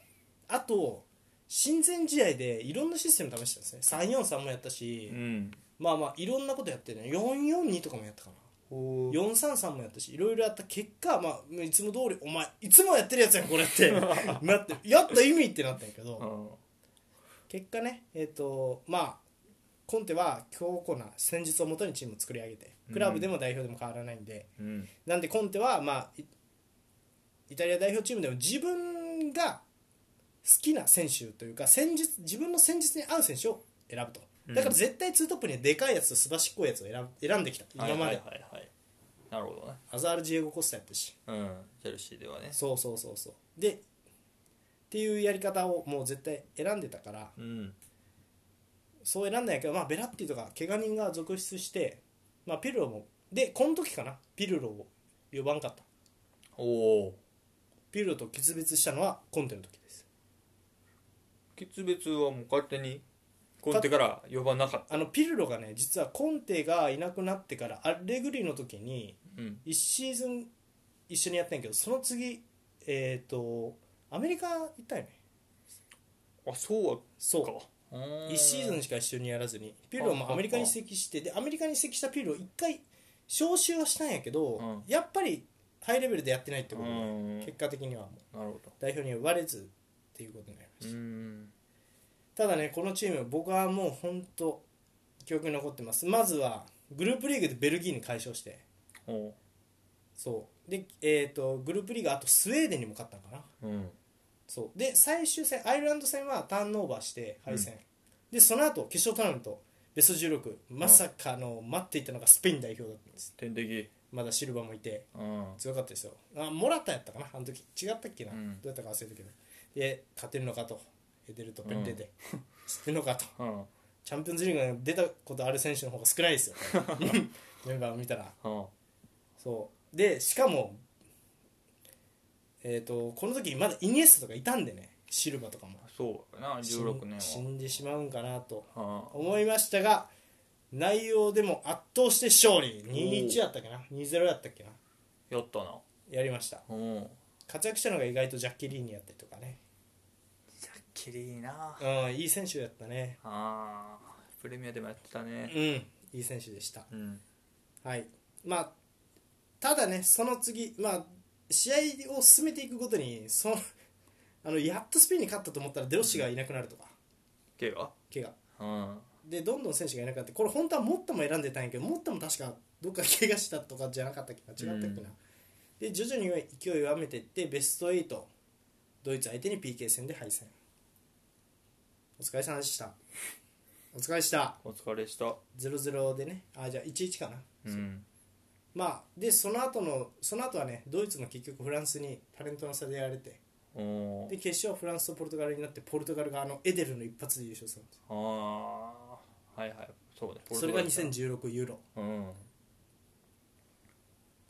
A: あと親善試合でいろんなシステム試したんですね343もやったし、
B: うん
A: まあまあいろんなことやってね442とかもやったかな
B: おー
A: 433もやったしいろいろやった結果、まあ、いつも通りお前いつもやってるやつやんこれって
B: *laughs*
A: なってやった意味ってなったんやけど、
B: うん
A: 結果ねえっ、とまあコンテは強固な戦術をもとにチームを作り上げてクラブでも代表でも変わらないんで、
B: うん
A: なんでコンテは、まあ、イイタリア代表チームでも自分が好きな選手というか戦術自分の戦術に合う選手を選ぶと
B: うん
A: だから絶対ツートップにはでかいやつとすばしっこいやつを選ぶ選んできた今まで、
B: はいはいはいはいなるほどね
A: アザール・ジエゴ・コスタやったし
B: うんチェルシーではね
A: そうそうそうそうでっていうやり方をもう絶対選んでたから
B: うん
A: そう選んだんやけど、まあ、ベラッティとか怪我人が続出して、まあ、ピルロもでこの時かなピルロを呼ばんかった
B: おお
A: ピルロと決別したのはコンテの時です
B: 決別はもう勝手にコンテから呼ばなかっ
A: あのピルロがね実はコンテがいなくなってからアレグリの時に
B: たうん
A: 1シーズン一緒にやったんやけどその次えっ、とアメリカ行ったよね
B: あそう
A: そう
B: か1
A: 1シーズンしか一緒にやらずにピルロもアメリカに移籍してでアメリカに移籍したピルロ1回招集はしたんやけど、
B: うん
A: やっぱりハイレベルでやってないってことで、
B: うん
A: 結果的にはもう
B: なるほど
A: 代表に呼ばれずっていうことになりま
B: う
A: した、
B: ん
A: ただねこのチーム僕はもう本当記憶に残ってますまずはグループリーグでベルギーに快勝して
B: おう
A: そうで、えー、とグループリーグあとスウェーデンにも勝ったのかな
B: うん
A: そうで最終戦アイルランド戦はターンオーバーして敗戦、でその後決勝トーナメントベスト16まさかの待っていたのがスペイン代表だったんです
B: 天敵
A: まだシルバーもいて
B: うん
A: 強かったですよあモラタやったかなあの時違ったっけな、
B: うん
A: どうやったか忘れたけどで勝てるのかとエデルとペンレで、 *laughs* 知ってるのかと
B: うん
A: チャンピオンズリーグに出たことある選手の方が少ないです
B: *laughs*
A: よメンバーを見たら
B: うん
A: そうでしかも、えー、とこの時まだイニエスタとかいたんでねシルバとかも
B: そうやな
A: 死ん
B: 16年
A: 死んでしまうんかなと
B: は
A: 思いましたが内容でも圧倒して勝利2-1やったっけな2-0やったっけな
B: うんやったな
A: やりました
B: うん
A: 活躍したのが意外とジャッキリーニやったりとかね、
B: ジャッキリーな
A: うん、いい選手だったね
B: あープレミアでもやってた
A: うん
B: ね
A: いい選手でした
B: うん
A: はいまあただねその次まあ試合を進めていくごとにその *laughs* あのやっとスペインに勝ったと思ったらデロッシがいなくなるとか
B: 怪我
A: 怪我
B: うん
A: でどんどん選手がいなくなってこれ本当はもっとも選んでたんやけどもっとも確かどっか怪我したとかじゃなかったっけな違ったっけな、で徐々に勢いを弱めていってベスト8ドイツ相手に PK 戦で敗戦お疲れ様でしたお疲れでした
B: お疲れした
A: 0-0でねあじゃあ1-1かな
B: うん
A: まあでその後のその後はねドイツも結局フランスにタレントの差でやられて
B: お
A: で
B: ー
A: 決勝はフランスとポルトガルになってポルトガルがあのエデルの一発で優勝するんです
B: ああはいはいそうね
A: それが2016ユーロ
B: うん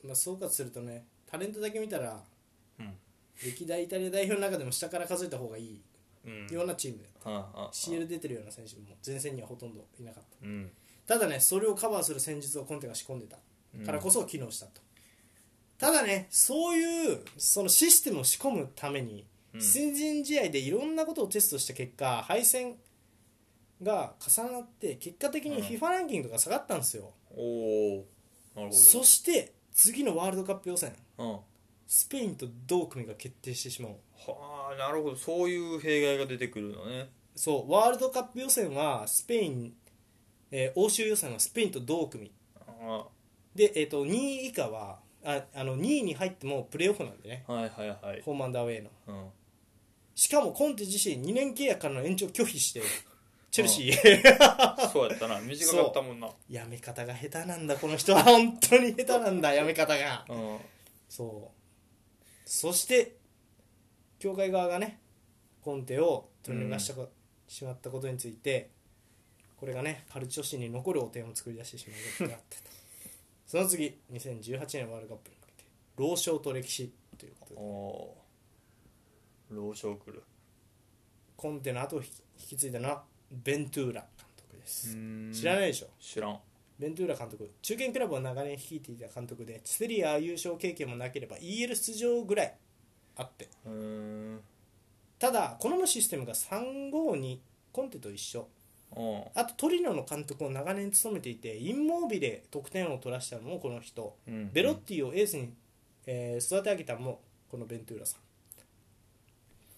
A: まあ、総括するとねタレントだけ見たら
B: うん
A: 歴代イタリア代表の中でも下から数えた方がいい
B: うん
A: ようなチームで、
B: あ
A: CL 出てるような選手も前線にはほとんどいなかっ
B: うん
A: たただねそれをカバーする戦術をコンテが仕込んでたからこそ機能したと、ただねそういうそのシステムを仕込むために
B: うん
A: 親善試合でいろんなことをテストした結果敗戦が重なって結果的に
B: うん
A: FIFA ランキングが下がったんですよ、
B: おおなる
A: そして次のワールドカップ予選
B: ほどうん
A: スペインと同組が決定してしまう
B: はあなるほどそういう弊害が出てくるのね
A: そうワールドカップ予選はスペイン、えー欧州予選はスペインと同組
B: あ
A: で、えー、と2位以下はああの2位に入ってもプレーオフなんでね
B: ーはいはいはい
A: ホームアンダーウェイの
B: うん
A: しかもコンテ自身2年契約からの延長を拒否してチェルシー
B: そうやっ
A: *laughs*
B: たな短かったもんな
A: やめ方が下手なんだこの人は本当に下手なん
B: *laughs*
A: だやめ方が
B: うん
A: そうそして協会側がねコンテを取り逃したか、しまったことについてこれがねカルチオ市に残る汚点を作り出してしまうことになったとその次2018年ワールドカップに向けて老将と歴史ということで
B: おー老将来る
A: コンテの後を引き引き継いだのはベントゥーラ監督です知ら
B: い
A: ないでしょ
B: 知らん
A: ベントゥーラ監督中堅クラブを長年率いていた監督でセリア優勝経験もなければ EL 出場ぐらいあって
B: うーん
A: ただ好むシステムが352コンテと一緒
B: お
A: あとトリノの監督を長年務めていてインモービで得点を取らしたのもこの人
B: ーうん
A: ベロッティをエースに、えー育て上げたのもこのベントゥーラさん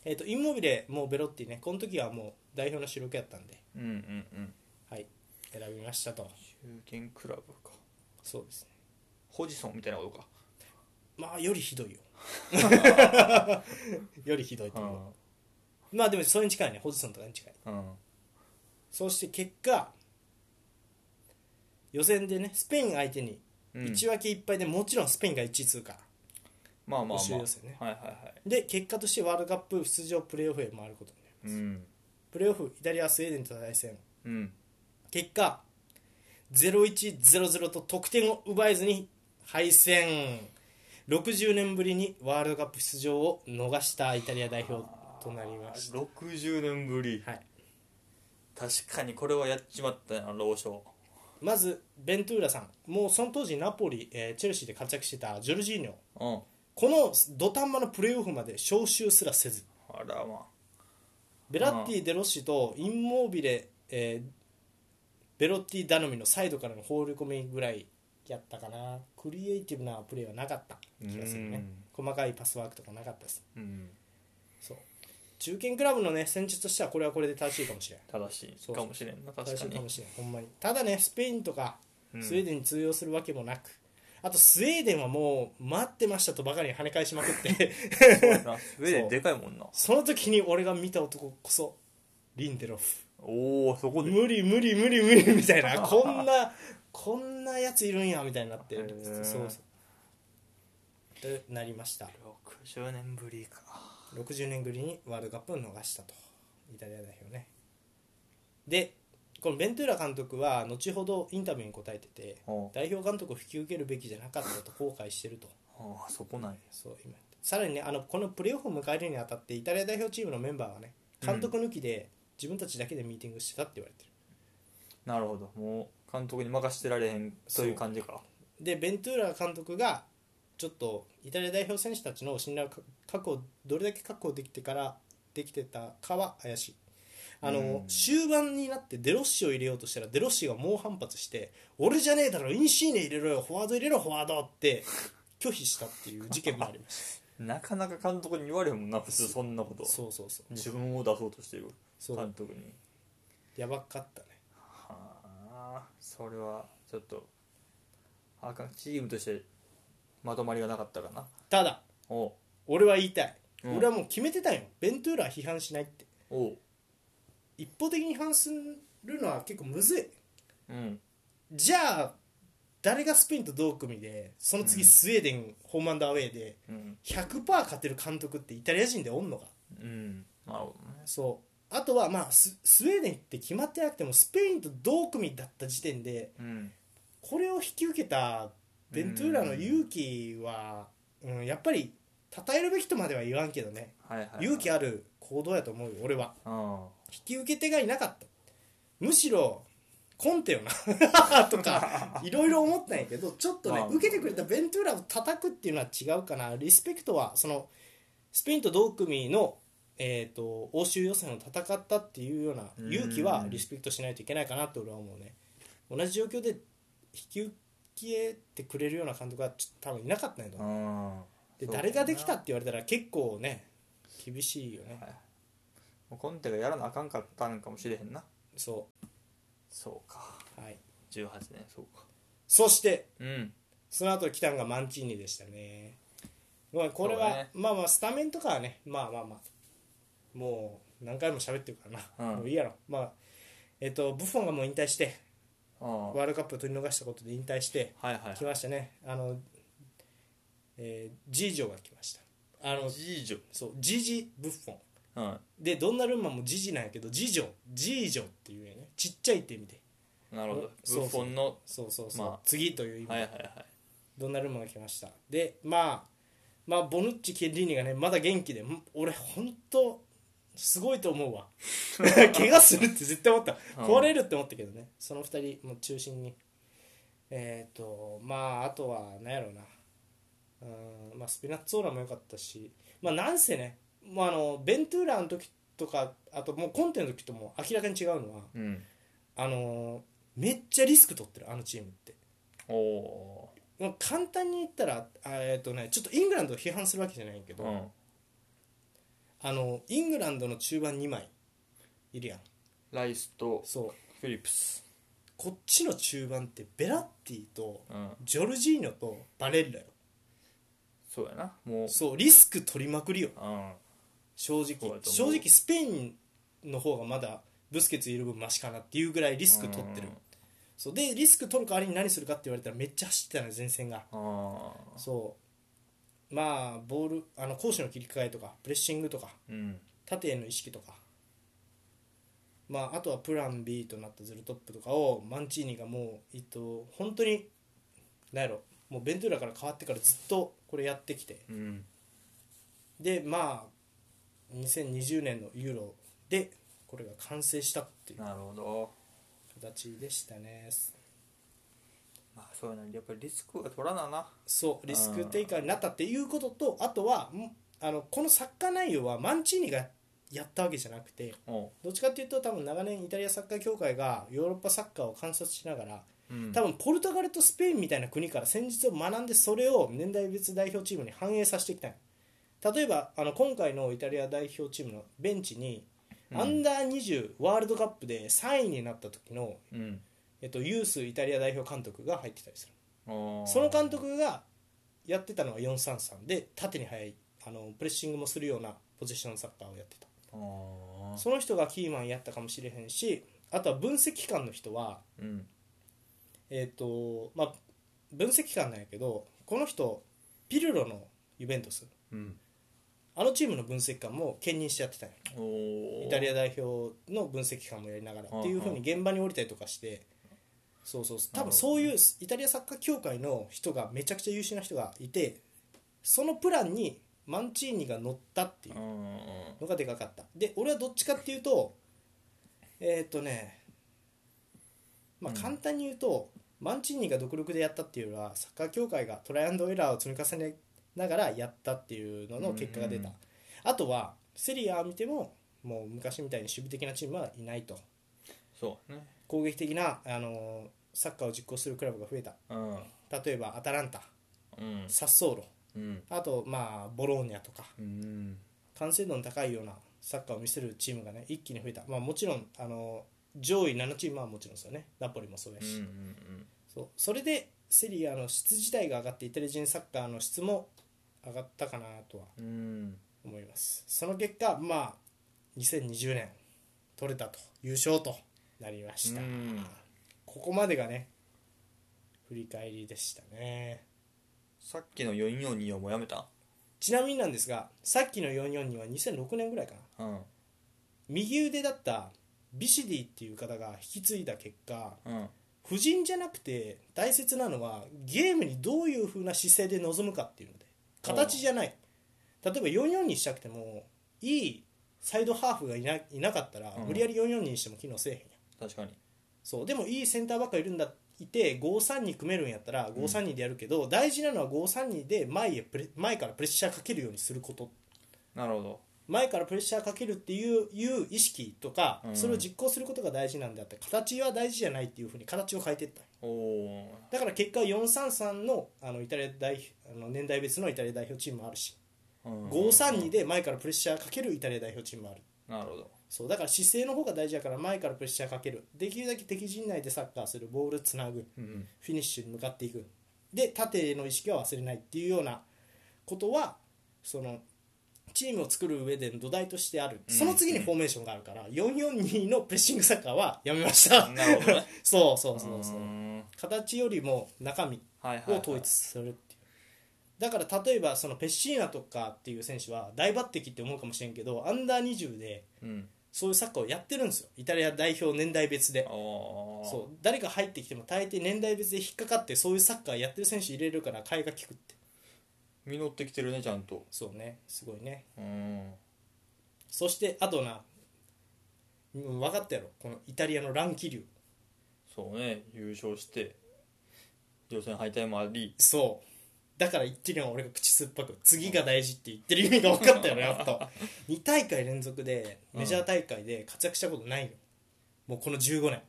A: えっ、とインモービでもうベロッティねこの時はもう代表の主力やったんで
B: うんうんうん
A: はい選びましたと
B: 中堅クラブか
A: そうですね
B: ホジソンみたいなことか
A: まあよりひ *laughs* どいよよりひどいと思う、まあでもそれに近いねホジソンとかに近い
B: うん
A: そして結果予選でねスペイン相手に
B: うん
A: 1分け1敗でもちろんスペインが1位通過、
B: まあまあまあ
A: 募集要請ね
B: はいはいはい
A: で結果としてワールドカップ出場プレーオフへ回ることになる
B: うん
A: プレーオフイタリアスウェーデンとの対戦
B: うん
A: 結果0100と得点を奪えずに敗戦60年ぶりにワールドカップ出場を逃したイタリア代表となりました
B: 60年ぶり
A: はい
B: 確かにこれはやっちまったな老将
A: まずベントゥーラさんもうその当時ナポリ、えーチェルシーで活躍してたジョルジーニョ
B: うん
A: この土壇場のプレーオフまで招集すらせず
B: あらま
A: ベラッティ・デロッシとインモービレ、えーベロッティ頼みのサイドからの放り込みぐらいやったかなクリエイティブなプレーはなかった気がする
B: う
A: ね
B: ん
A: 細かいパスワークとかなかったです
B: あうん
A: そう中堅クラブのね戦術としてはこれはこれで正しいかもしれん
B: 正し
A: そ
B: いう
A: そう
B: かもしれんな
A: 正し
B: 確か
A: いかも
B: に
A: しれんほんまにただねスペインとか
B: うん
A: スウェーデンに通用するわけもなく、あとスウェーデンはもう待ってましたとばかりに跳ね返しまくって *laughs*
B: *laughs* そうやなスウェーデンでかいもんな
A: その時に俺が見た男こそリンデロフ
B: おおそこで
A: 無理無理無理無理みたい
B: *laughs*
A: なこんなこんなやついるんやみたいになって
B: へー
A: そうそうとなりました
B: 60年ぶりか
A: 60年ぶりにワールドカップを逃したとイタリア代表ねでこのベントゥーラ監督は後ほどインタビューに答えてて
B: おう
A: 代表監督を引き受けるべきじゃなかったと後悔してると
B: ああそこない
A: そう今さらにねあのこのプレーオフを迎えるにあたってイタリア代表チームのメンバーはね監督抜きで自分たちだけでミーティングしてたって言われてる、
B: なるほどもう監督に任せてられへんという感じか
A: でベントゥーラ監督がちょっとイタリア代表選手たちの信頼をか確保どれだけ確保できてからできてたかは怪しいあの
B: うん
A: 終盤になってデロッシを入れようとしたらデロッシが猛反発して「俺じゃねえだろインシーネ入れろよフォワード入れろフォワード」って拒否したっていう事件もありまし
B: なかなか監督に言われへんもんな普 *laughs* 通そんなこ
A: た
B: と
A: そうそうそう
B: 自分を出そうとしてる
A: そう
B: 監督に
A: やばかったね
B: はあそれはちょっとあかんチームとしてまとまりがなかったかな
A: ただ
B: おう
A: 俺は言いたい、
B: うん
A: 俺はもう決めてたんよベントゥーラは批判しないって
B: おう
A: 一方的に批判するのは結構むずい
B: うん
A: じゃあ誰がスペインと同組でその次
B: うん
A: スウェーデンホームアンドアウェーで
B: うん
A: 100%勝てる監督ってイタリア人でおんのか
B: うんなるほどね
A: そうあとはまあススウェーデンって決まってなくてもスペインと同組だった時点で
B: うん
A: これを引き受けたベントゥーラの勇気は、うん、やっぱり称えるべきとまでは言わんけどね
B: はいはい、はい、
A: 勇気
B: あ
A: ある行動やと思うよ俺は
B: あ
A: 引き受け手がいなかったむしろコンテよ
B: *laughs*
A: なとかいろいろ思ったんやけどちょっとね、
B: まあ
A: 受けてくれたベントゥーラを叩くっていうのは違うかなリスペクトはそのスペインと同組の、えー、と欧州予選を戦ったっていうような勇気は
B: うん
A: リスペクトしないといけないかなって俺は思うね同じ状況で引き受けてくれるような監督はちょっと多分いなかったんやと思う
B: あ
A: で誰ができた
B: は
A: って言われたら結構ね厳しいよね
B: いもうコンテがやらなあかんかったんかもしれへんな
A: そ
B: そうか
A: うはい
B: 18年そうか
A: そして
B: うん
A: その後来たのがマンチーニでしたね。まあこれは、
B: そうね
A: まあまあスタメンとかはねまあまあまあもう何回も喋ってるからな、
B: うん
A: もういいやろまあえっと、ブフォンがもう引退して
B: うん
A: ワールドカップを取り逃したことで引退して
B: はいはい
A: 来ましたねあの、えージージョが来ましたあの
B: ジージョ
A: そうジジブッフォン
B: うん
A: でどんなルンマもジジなんやけどジジョジージョっていうよねちっちゃいって意味で
B: なるほど
A: そう
B: ブッフォンの
A: そうそうそう、
B: まあ
A: 次という意味で、
B: はいはいはい
A: ドンナルンマが来ましたでまあまあボヌッチケリーニがねまだ元気でん俺本当すごいと思う
B: *laughs*
A: わ怪我するって絶対思った
B: うん
A: 壊れるって思ったけどねその2人も中心にえっ、とまああとは何やろうなうん、まあ、スピナッツオーラも良かったしまあなんせね、まあ、あのベントゥーラの時とかあともうコンテの時とも明らかに違うのは
B: うん
A: あのめっちゃリスク取ってるあのチームって
B: おお
A: まあ簡単に言ったらあえっ、とねちょっとイングランドを批判するわけじゃないけ
B: ー
A: ど、
B: うん
A: あのイングランドの中盤2枚いるやん
B: ライスと
A: そう
B: フィリップス
A: こっちの中盤ってベラッティと
B: うん
A: ジョルジーニョとバレッラよ
B: そうやなもう
A: そうリスク取りまくりよ
B: うん
A: 正
B: そう
A: 直
B: だと
A: 正
B: 思う
A: 直スペインの方がまだブスケツいる分マシかなっていうぐらいリスク取ってるそうでリスク取る代わりに何するかって言われたらめっちゃ走ってたのよ前線が
B: ああ
A: そうまあボールあの攻守の切り替えとかプレッシングとか
B: うん
A: 縦への意識とか、まあ、あとはプラン B となったズルトップとかをマンチーニがもう、えっと、本当に何やろもうベントゥーラから変わってからずっとこれやってきて
B: うん
A: でまあ2020年のユーロでこれが完成したっていう
B: なるほど
A: 形でしたね
B: まあそうやなやっぱりリスクは取らなな
A: そうリスクテイカーになったっていうこととあとはんあのこのサッカー内容はマンチーニがやったわけじゃなくて、
B: おう
A: どっちかっていうと多分長年イタリアサッカー協会がヨーロッパサッカーを観察しながら
B: うん
A: 多分ポルトガルとスペインみたいな国から戦術を学んでそれを年代別代表チームに反映させていきたい例えばあの今回のイタリア代表チームのベンチに、
B: うん
A: アンダー20ワールドカップで3位になった時の、
B: うん
A: えっと、ユースイタリア代表監督が入ってたりする
B: おー
A: その監督がやってたのは433で縦に速いあのプレッシングもするようなポジションサッカーをやってた
B: おー
A: その人がキーマンやったかもしれへんしあとは分析官の人は、
B: うん
A: えーとまあ、分析官なんやけどこの人ピルロのユベントス
B: うん
A: あのチームの分析官も兼任してやってたんよ
B: お
A: イタリ
B: ア
A: ア代表の分析官もやりながらっていうふうに現場に降りたりとかしてそうそう多分そういうイタリアサッカー協会の人がめちゃくちゃ優秀な人がいてそのプランにマンチーニが乗ったっていう
B: うん
A: のがでかかったで俺はどっちかっていうとえーっ、とねまあ
B: うん
A: 簡単に言うと、マンチーニが独力でやったっていうよりはサッカー協会がトライアンドエラーを積み重ねながらやったっていうのの結果が出た、
B: うん
A: あとはセリアを見てももう昔みたいに守備的なチームはいないと
B: そうね
A: 攻撃的な、あのーサッカーを実行するクラブが増えた
B: うん
A: 例えばアタランタ
B: うん
A: サッソーロ
B: うん
A: あとまあボローニャとか
B: うん
A: 完成度の高いようなサッカーを見せるチームがね一気に増えた、まあ、もちろんあの上位7チームはもちろんですよねナポリもそうや
B: うん
A: し、
B: うん
A: そうそれでセリアの質自体が上がってイタリア人サッカーの質も上がったかなとは
B: うん
A: 思いますその結果まあ2020年取れたと優勝となりました、
B: うん
A: ここまでがね振り返りでしたね
B: さっきの4424もやめた
A: ちなみになんですがさっきの442は2006年ぐらいかな
B: うん
A: 右腕だったビシディっていう方が引き継いだ結果
B: うん
A: 夫人じゃなくて大切なのはゲームにどういう風な姿勢で臨むかっていうので形じゃない例えば44にしたくてもいいサイドハーフがいないなかったら
B: うん
A: 無理やり44にしても機能せえへんやん
B: 確かに
A: そうでもいいセンターバックがいるんだいて532組めるんやったら532でやるけど、大事なのは532で前へプレ前からプレッシャーかけるようにすること
B: なるほど
A: 前からプレッシャーかけるっていういう意識とか、
B: うん
A: それを実行することが大事なんであって形は大事じゃないっていうふうに形を変えていった
B: おお
A: だから結果433のあのイタリア代表あの年代別のイタリア代表チームもあるし、532で前からプレッシャーかけるイタリア代表チームもある
B: なるほど
A: そうだから姿勢の方が大事だから前からプレッシャーかけるできるだけ敵陣内でサッカーするボールつなぐ
B: うん
A: フィニッシュに向かっていくで縦への意識は忘れないっていうようなことはそのチームを作る上での土台としてあるその次にフォーメーションがあるから442のプレッシングサッカーはやめました
B: なるほどね
A: *laughs* そうそうそうそう
B: ー
A: うん形よりも中身
B: はいはい、
A: を
B: はい、
A: 統一するっていうだから例えばそのペッシーナとかっていう選手は大抜擢って思うかもしれんけどアンダー20で
B: うん
A: そういうサッカーをやってるんですよイタリア代表年代別で
B: あー
A: そう誰が入ってきても大抵年代別で引っかかってそういうサッカーやってる選手入れるから替えが利くって
B: 実ってきてるねちゃんと
A: そうねすごいね
B: うん
A: そしてあとなうん分かったやろこのイタリアの乱気流
B: そうね優勝して予選敗退もあり
A: そうだから言ってるよ俺が口酸っぱく次が大事って言ってる意味が分かったよねやっと2大会連続でメジャー大会で活躍したことないよもうこの15年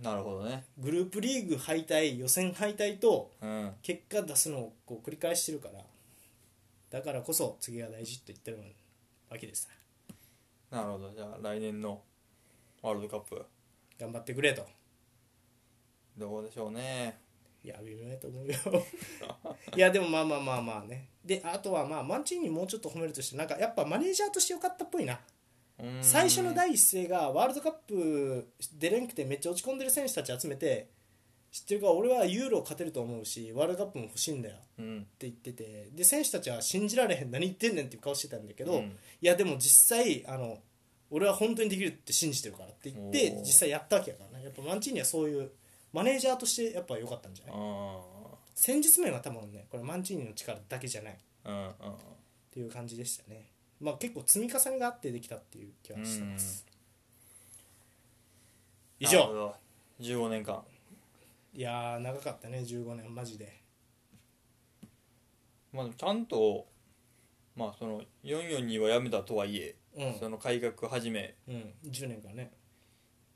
B: なるほどね
A: グループリーグ敗退予選敗退と
B: うん
A: 結果出すのをこう繰り返してるからだからこそ次が大事って言ってるわけです
B: なるほどじゃあ来年のワールドカップ
A: 頑張ってくれと
B: どうでしょうね
A: いや微妙やと思う
B: *laughs*
A: よいやでもまあまあまあまあねであとはまあマンチーニもうちょっと褒めるとしてなんかやっぱマネージャーとして良かったっぽいな
B: うーん
A: 最初の第一声がワールドカップ出れんくてめっちゃ落ち込んでる選手たち集めて知ってるか俺はユーロ勝てると思うしワールドカップも欲しいんだよって
B: うん
A: 言っててで選手たちは信じられへん何言ってんねんっていう顔してたんだけど、
B: うん
A: いやでも実際あの俺は本当にできるって信じてるからって言って
B: おー
A: 実際やったわけやからねやっぱマンチーニはそういうマネージャーとしてやっぱ良かったんじゃない
B: あ
A: 戦術面は多分ねこれマンチーニの力だけじゃないっ
B: あうんうん
A: ていう感じでしたねまあ結構積み重ねがあってできたっていう気はしてます以
B: なるほ
A: 上
B: ど15年間
A: いやー長かったね15年マジで
B: まあでもちゃんとまあその442はやめたとはいえ、
A: うん
B: その改革始め
A: うん10年間ね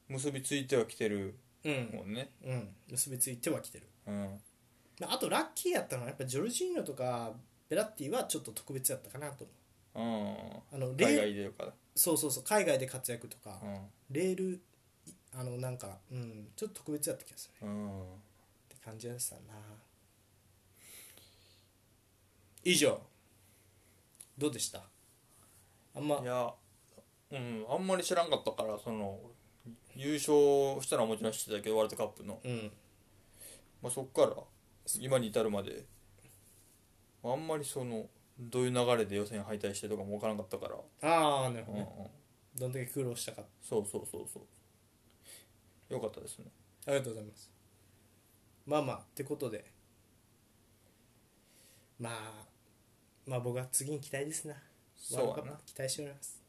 B: 結びついてはきてる
A: うん
B: もんね
A: うん結びついてはきてる
B: うん
A: まああとラッキーやったのはやっぱジョルジーノとかベラッティはちょっと特別やったかなと思
B: うん
A: うあのレー
B: 海外でよから
A: そうそうそう海外で活躍とか、
B: う
A: レールいあのなんか、うん、ちょっと特別やった気がするね
B: ん、うん、
A: って感じでしたな以上どうでしたあんま
B: いやうんあんまり知らんかったからその優勝したのはもちろん知ってたけどワールドカップの、
A: うん
B: まあ、そっから今に至るまであんまりそのどういう流れで予選敗退してとかも分からんかったから、
A: ああなるほ
B: う
A: ど
B: んうん
A: ね、どんだけ苦労したか
B: そうそうそうそうよかったですね
A: ありがとうございますまあまあってことでまあまあ僕は次に期待ですなワール
B: そ
A: ド
B: う
A: カッ
B: やな
A: プ期待しております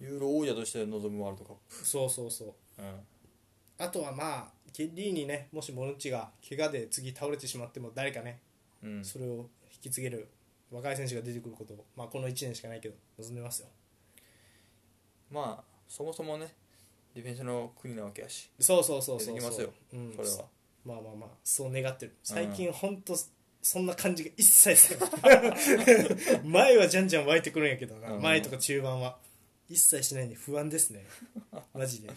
B: ユーロ王者として臨むワールドカッ
A: そうそうそう
B: プ、うん、
A: あとはまあケリーにねもしモルッチが怪我で次倒れてしまっても誰かね、
B: うん、
A: それを引き継げる若い選手が出てくることを、まあ、この1年しかないけど望んでますよ
B: まあそもそもねディフェンスの国なわけやし
A: そうそうそうそう
B: 出てきますよ
A: うん、
B: それは
A: まあまあまあそう願ってる最近ほんとそんな感じが一切せん *laughs* 前はじゃんじゃん湧いてくるんやけどな、
B: うん
A: 前とか中盤は一切しないんで不安 *laughs* ですねマジで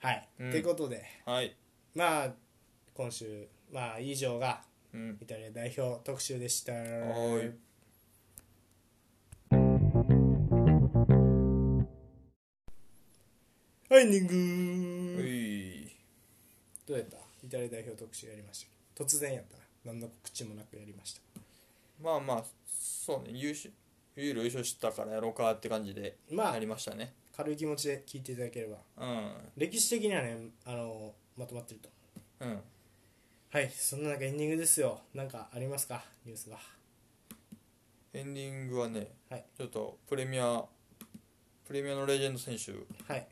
A: はい、
B: うん
A: ってことで
B: はい、
A: まあ今週まあ以上が
B: うん、
A: イタリア代表特集でした。
B: はい
A: はいエンディン
B: う
A: グ
B: い
A: どうやったイタリア代表特集やりました突然やったな何の告知もなくやりました
B: まあまあそうね優勝ユーロ優勝したからやろうかって感じで
A: まあ
B: やりましたね、
A: 軽い気持ちで聞いていただければ歴史的にはねあのまとまってると
B: うんうん
A: はいそんな中エンディングですよなんかありますかニュースは
B: エンディングはね、
A: はい
B: ちょっとプレミアプレミアのレジェンド選手、
A: はい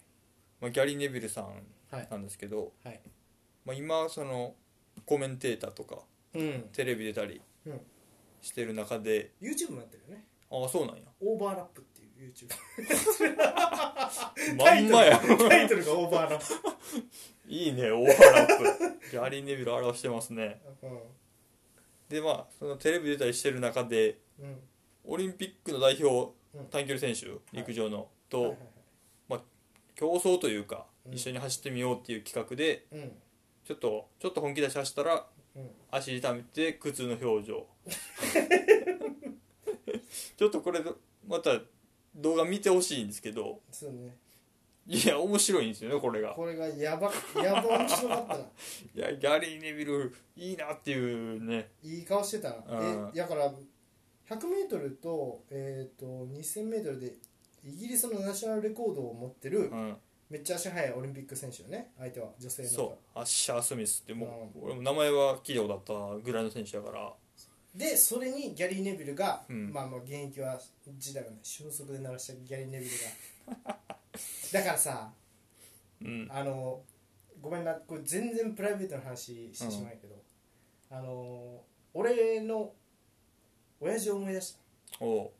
B: まあ、ギャリー・ネビルさん
A: はい
B: なんですけど、
A: はい
B: まあ、今そのコメンテーターとか
A: うん
B: テレビ出たり
A: うん
B: してる中で、
A: YouTube もやってるよね
B: ああ
A: *laughs*
B: そうなんや
A: オーバーラップっていう YouTube
B: まんまや
A: タイトルがオーバーラッ
B: いいねオーバーラップ *laughs* ギャリー・ネビル表してますね
A: プ
B: でまあそのテレビ出たりしてる中で
A: うんうん
B: オリンピックの代表
A: うん
B: 短距離選手、陸上のと、
A: はいはい
B: 競争というか、
A: うん
B: 一緒に走ってみようっていう企画で
A: はいうん
B: ちょっとちょっと本気出し走ったら
A: うん
B: 足痛めて苦痛の表情 *laughs* ちょっとこれまた動画見てほしいんですけど
A: そうね
B: いや面白いんですよねこれが
A: これがや
B: *laughs*
A: ばやば面白かったない
B: やギャリー・ネビルいいなっていうね
A: いい顔してたな
B: うん
A: えだから 100m と,、えー、と 2000m でイギリスのナショナルレコードを持ってる
B: うん
A: めっちゃ足速いオリンピック選手よね相手は女性の
B: そうアッシャー・スミスってもう俺も名前は聞いたことあったぐらいの選手だから
A: でそれにギャリー・ネビルが、
B: うん
A: まあまあ現役は時代がね俊足で鳴らしたギャリー・ネビルが *laughs* だからさ
B: うん
A: あのごめんなこれ全然プライベートの話してしまうけど、あの俺の親父を思い出した
B: おう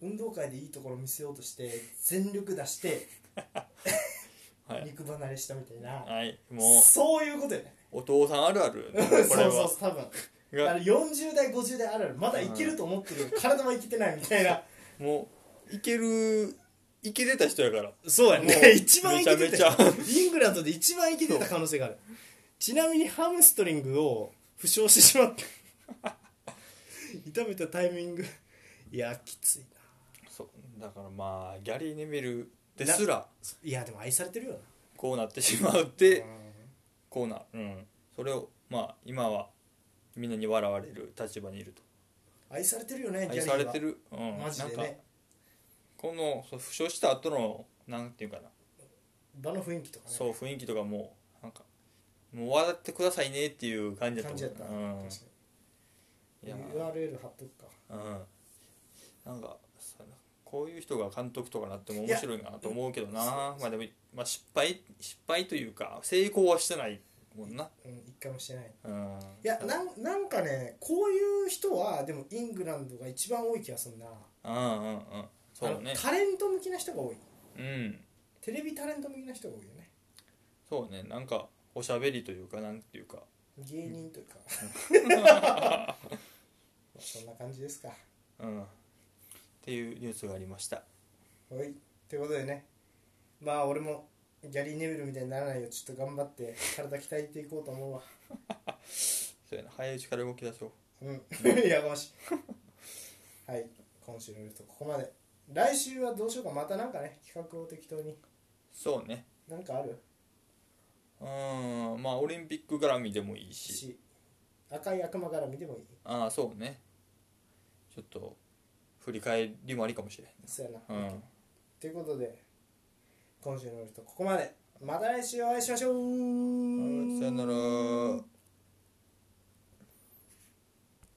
A: 運動会でいいところ見せようとして全力出して
B: はい、
A: 肉離れしたみたいな、
B: はい、もう
A: そういうことやね
B: お父さんあるあるこ
A: *laughs* そ
B: れ
A: うそう
B: は
A: そう多分あ
B: が
A: の40代50代あるあるまだいけると思ってるよ体もいけてないみたいな
B: もういけるいけてた人やから
C: そうや
B: もう
C: ね一番イケて
B: め
C: た
B: ちゃめ
C: イングランドで一番イケてた可能性があるちなみにハムストリングを負傷してしまった痛めたタイミングいやきついな
B: そうだからまあギャリー・ネビルですら
C: いやでも愛されてるよな
B: こうなってしまうって
A: う
B: こうなうんそれをまあ今はみんなに笑われる立場にいると
A: ん愛されてるよねギャリ
B: 愛
A: ー
B: さ
A: は
B: れてる、うん、
A: マジで
B: なんか
A: ね
B: このそう負傷した後のなんていうかな、
A: 場の雰囲気とかね
B: そう雰囲気とかもなんかもう笑ってくださいねっていう感じだ
A: 感
B: った
A: じだった、
B: う
A: 確か
B: んいや
A: に URL 貼っとくか
B: うんなんかそのこういう人が監督とかなっても面白いなと思うけどなまあでも、まあ、失敗失敗というか成功はしてないもんな
A: うん一回もしてない
B: うん
A: いやなんなんかねこういう人はでもイングランドが一番多い気がするな
B: うんうんうんそう
A: あ
B: ね
A: のタレント向きな人が多い
B: うん
A: テレビタレント向きな人が多いよね
B: そうねなんかおしゃべりというかなんていうか
A: 芸人
B: *laughs*
A: というかまあそんな感じですか
B: うんっていうニュースがありました
A: はいということでねまあ俺もギャリー・ネビルみたいにならないよちょっと頑張って体鍛えていこうと思うわ
B: そうやな早いうちから動き出そう
A: うん *laughs* やかましいはい今週のルートここまで来週はどうしようかまたなんかね企画を適当に
B: そうね
A: なんかある
B: うんまあオリンピック絡みでもいいし
A: し赤い悪魔から見てもいい
B: ああそうねちょっと振り返りもありかもしれ
A: そうやな
B: ない、うん
A: ということで今週のルートここまでまた来週お会いしましょう
B: はいさよなら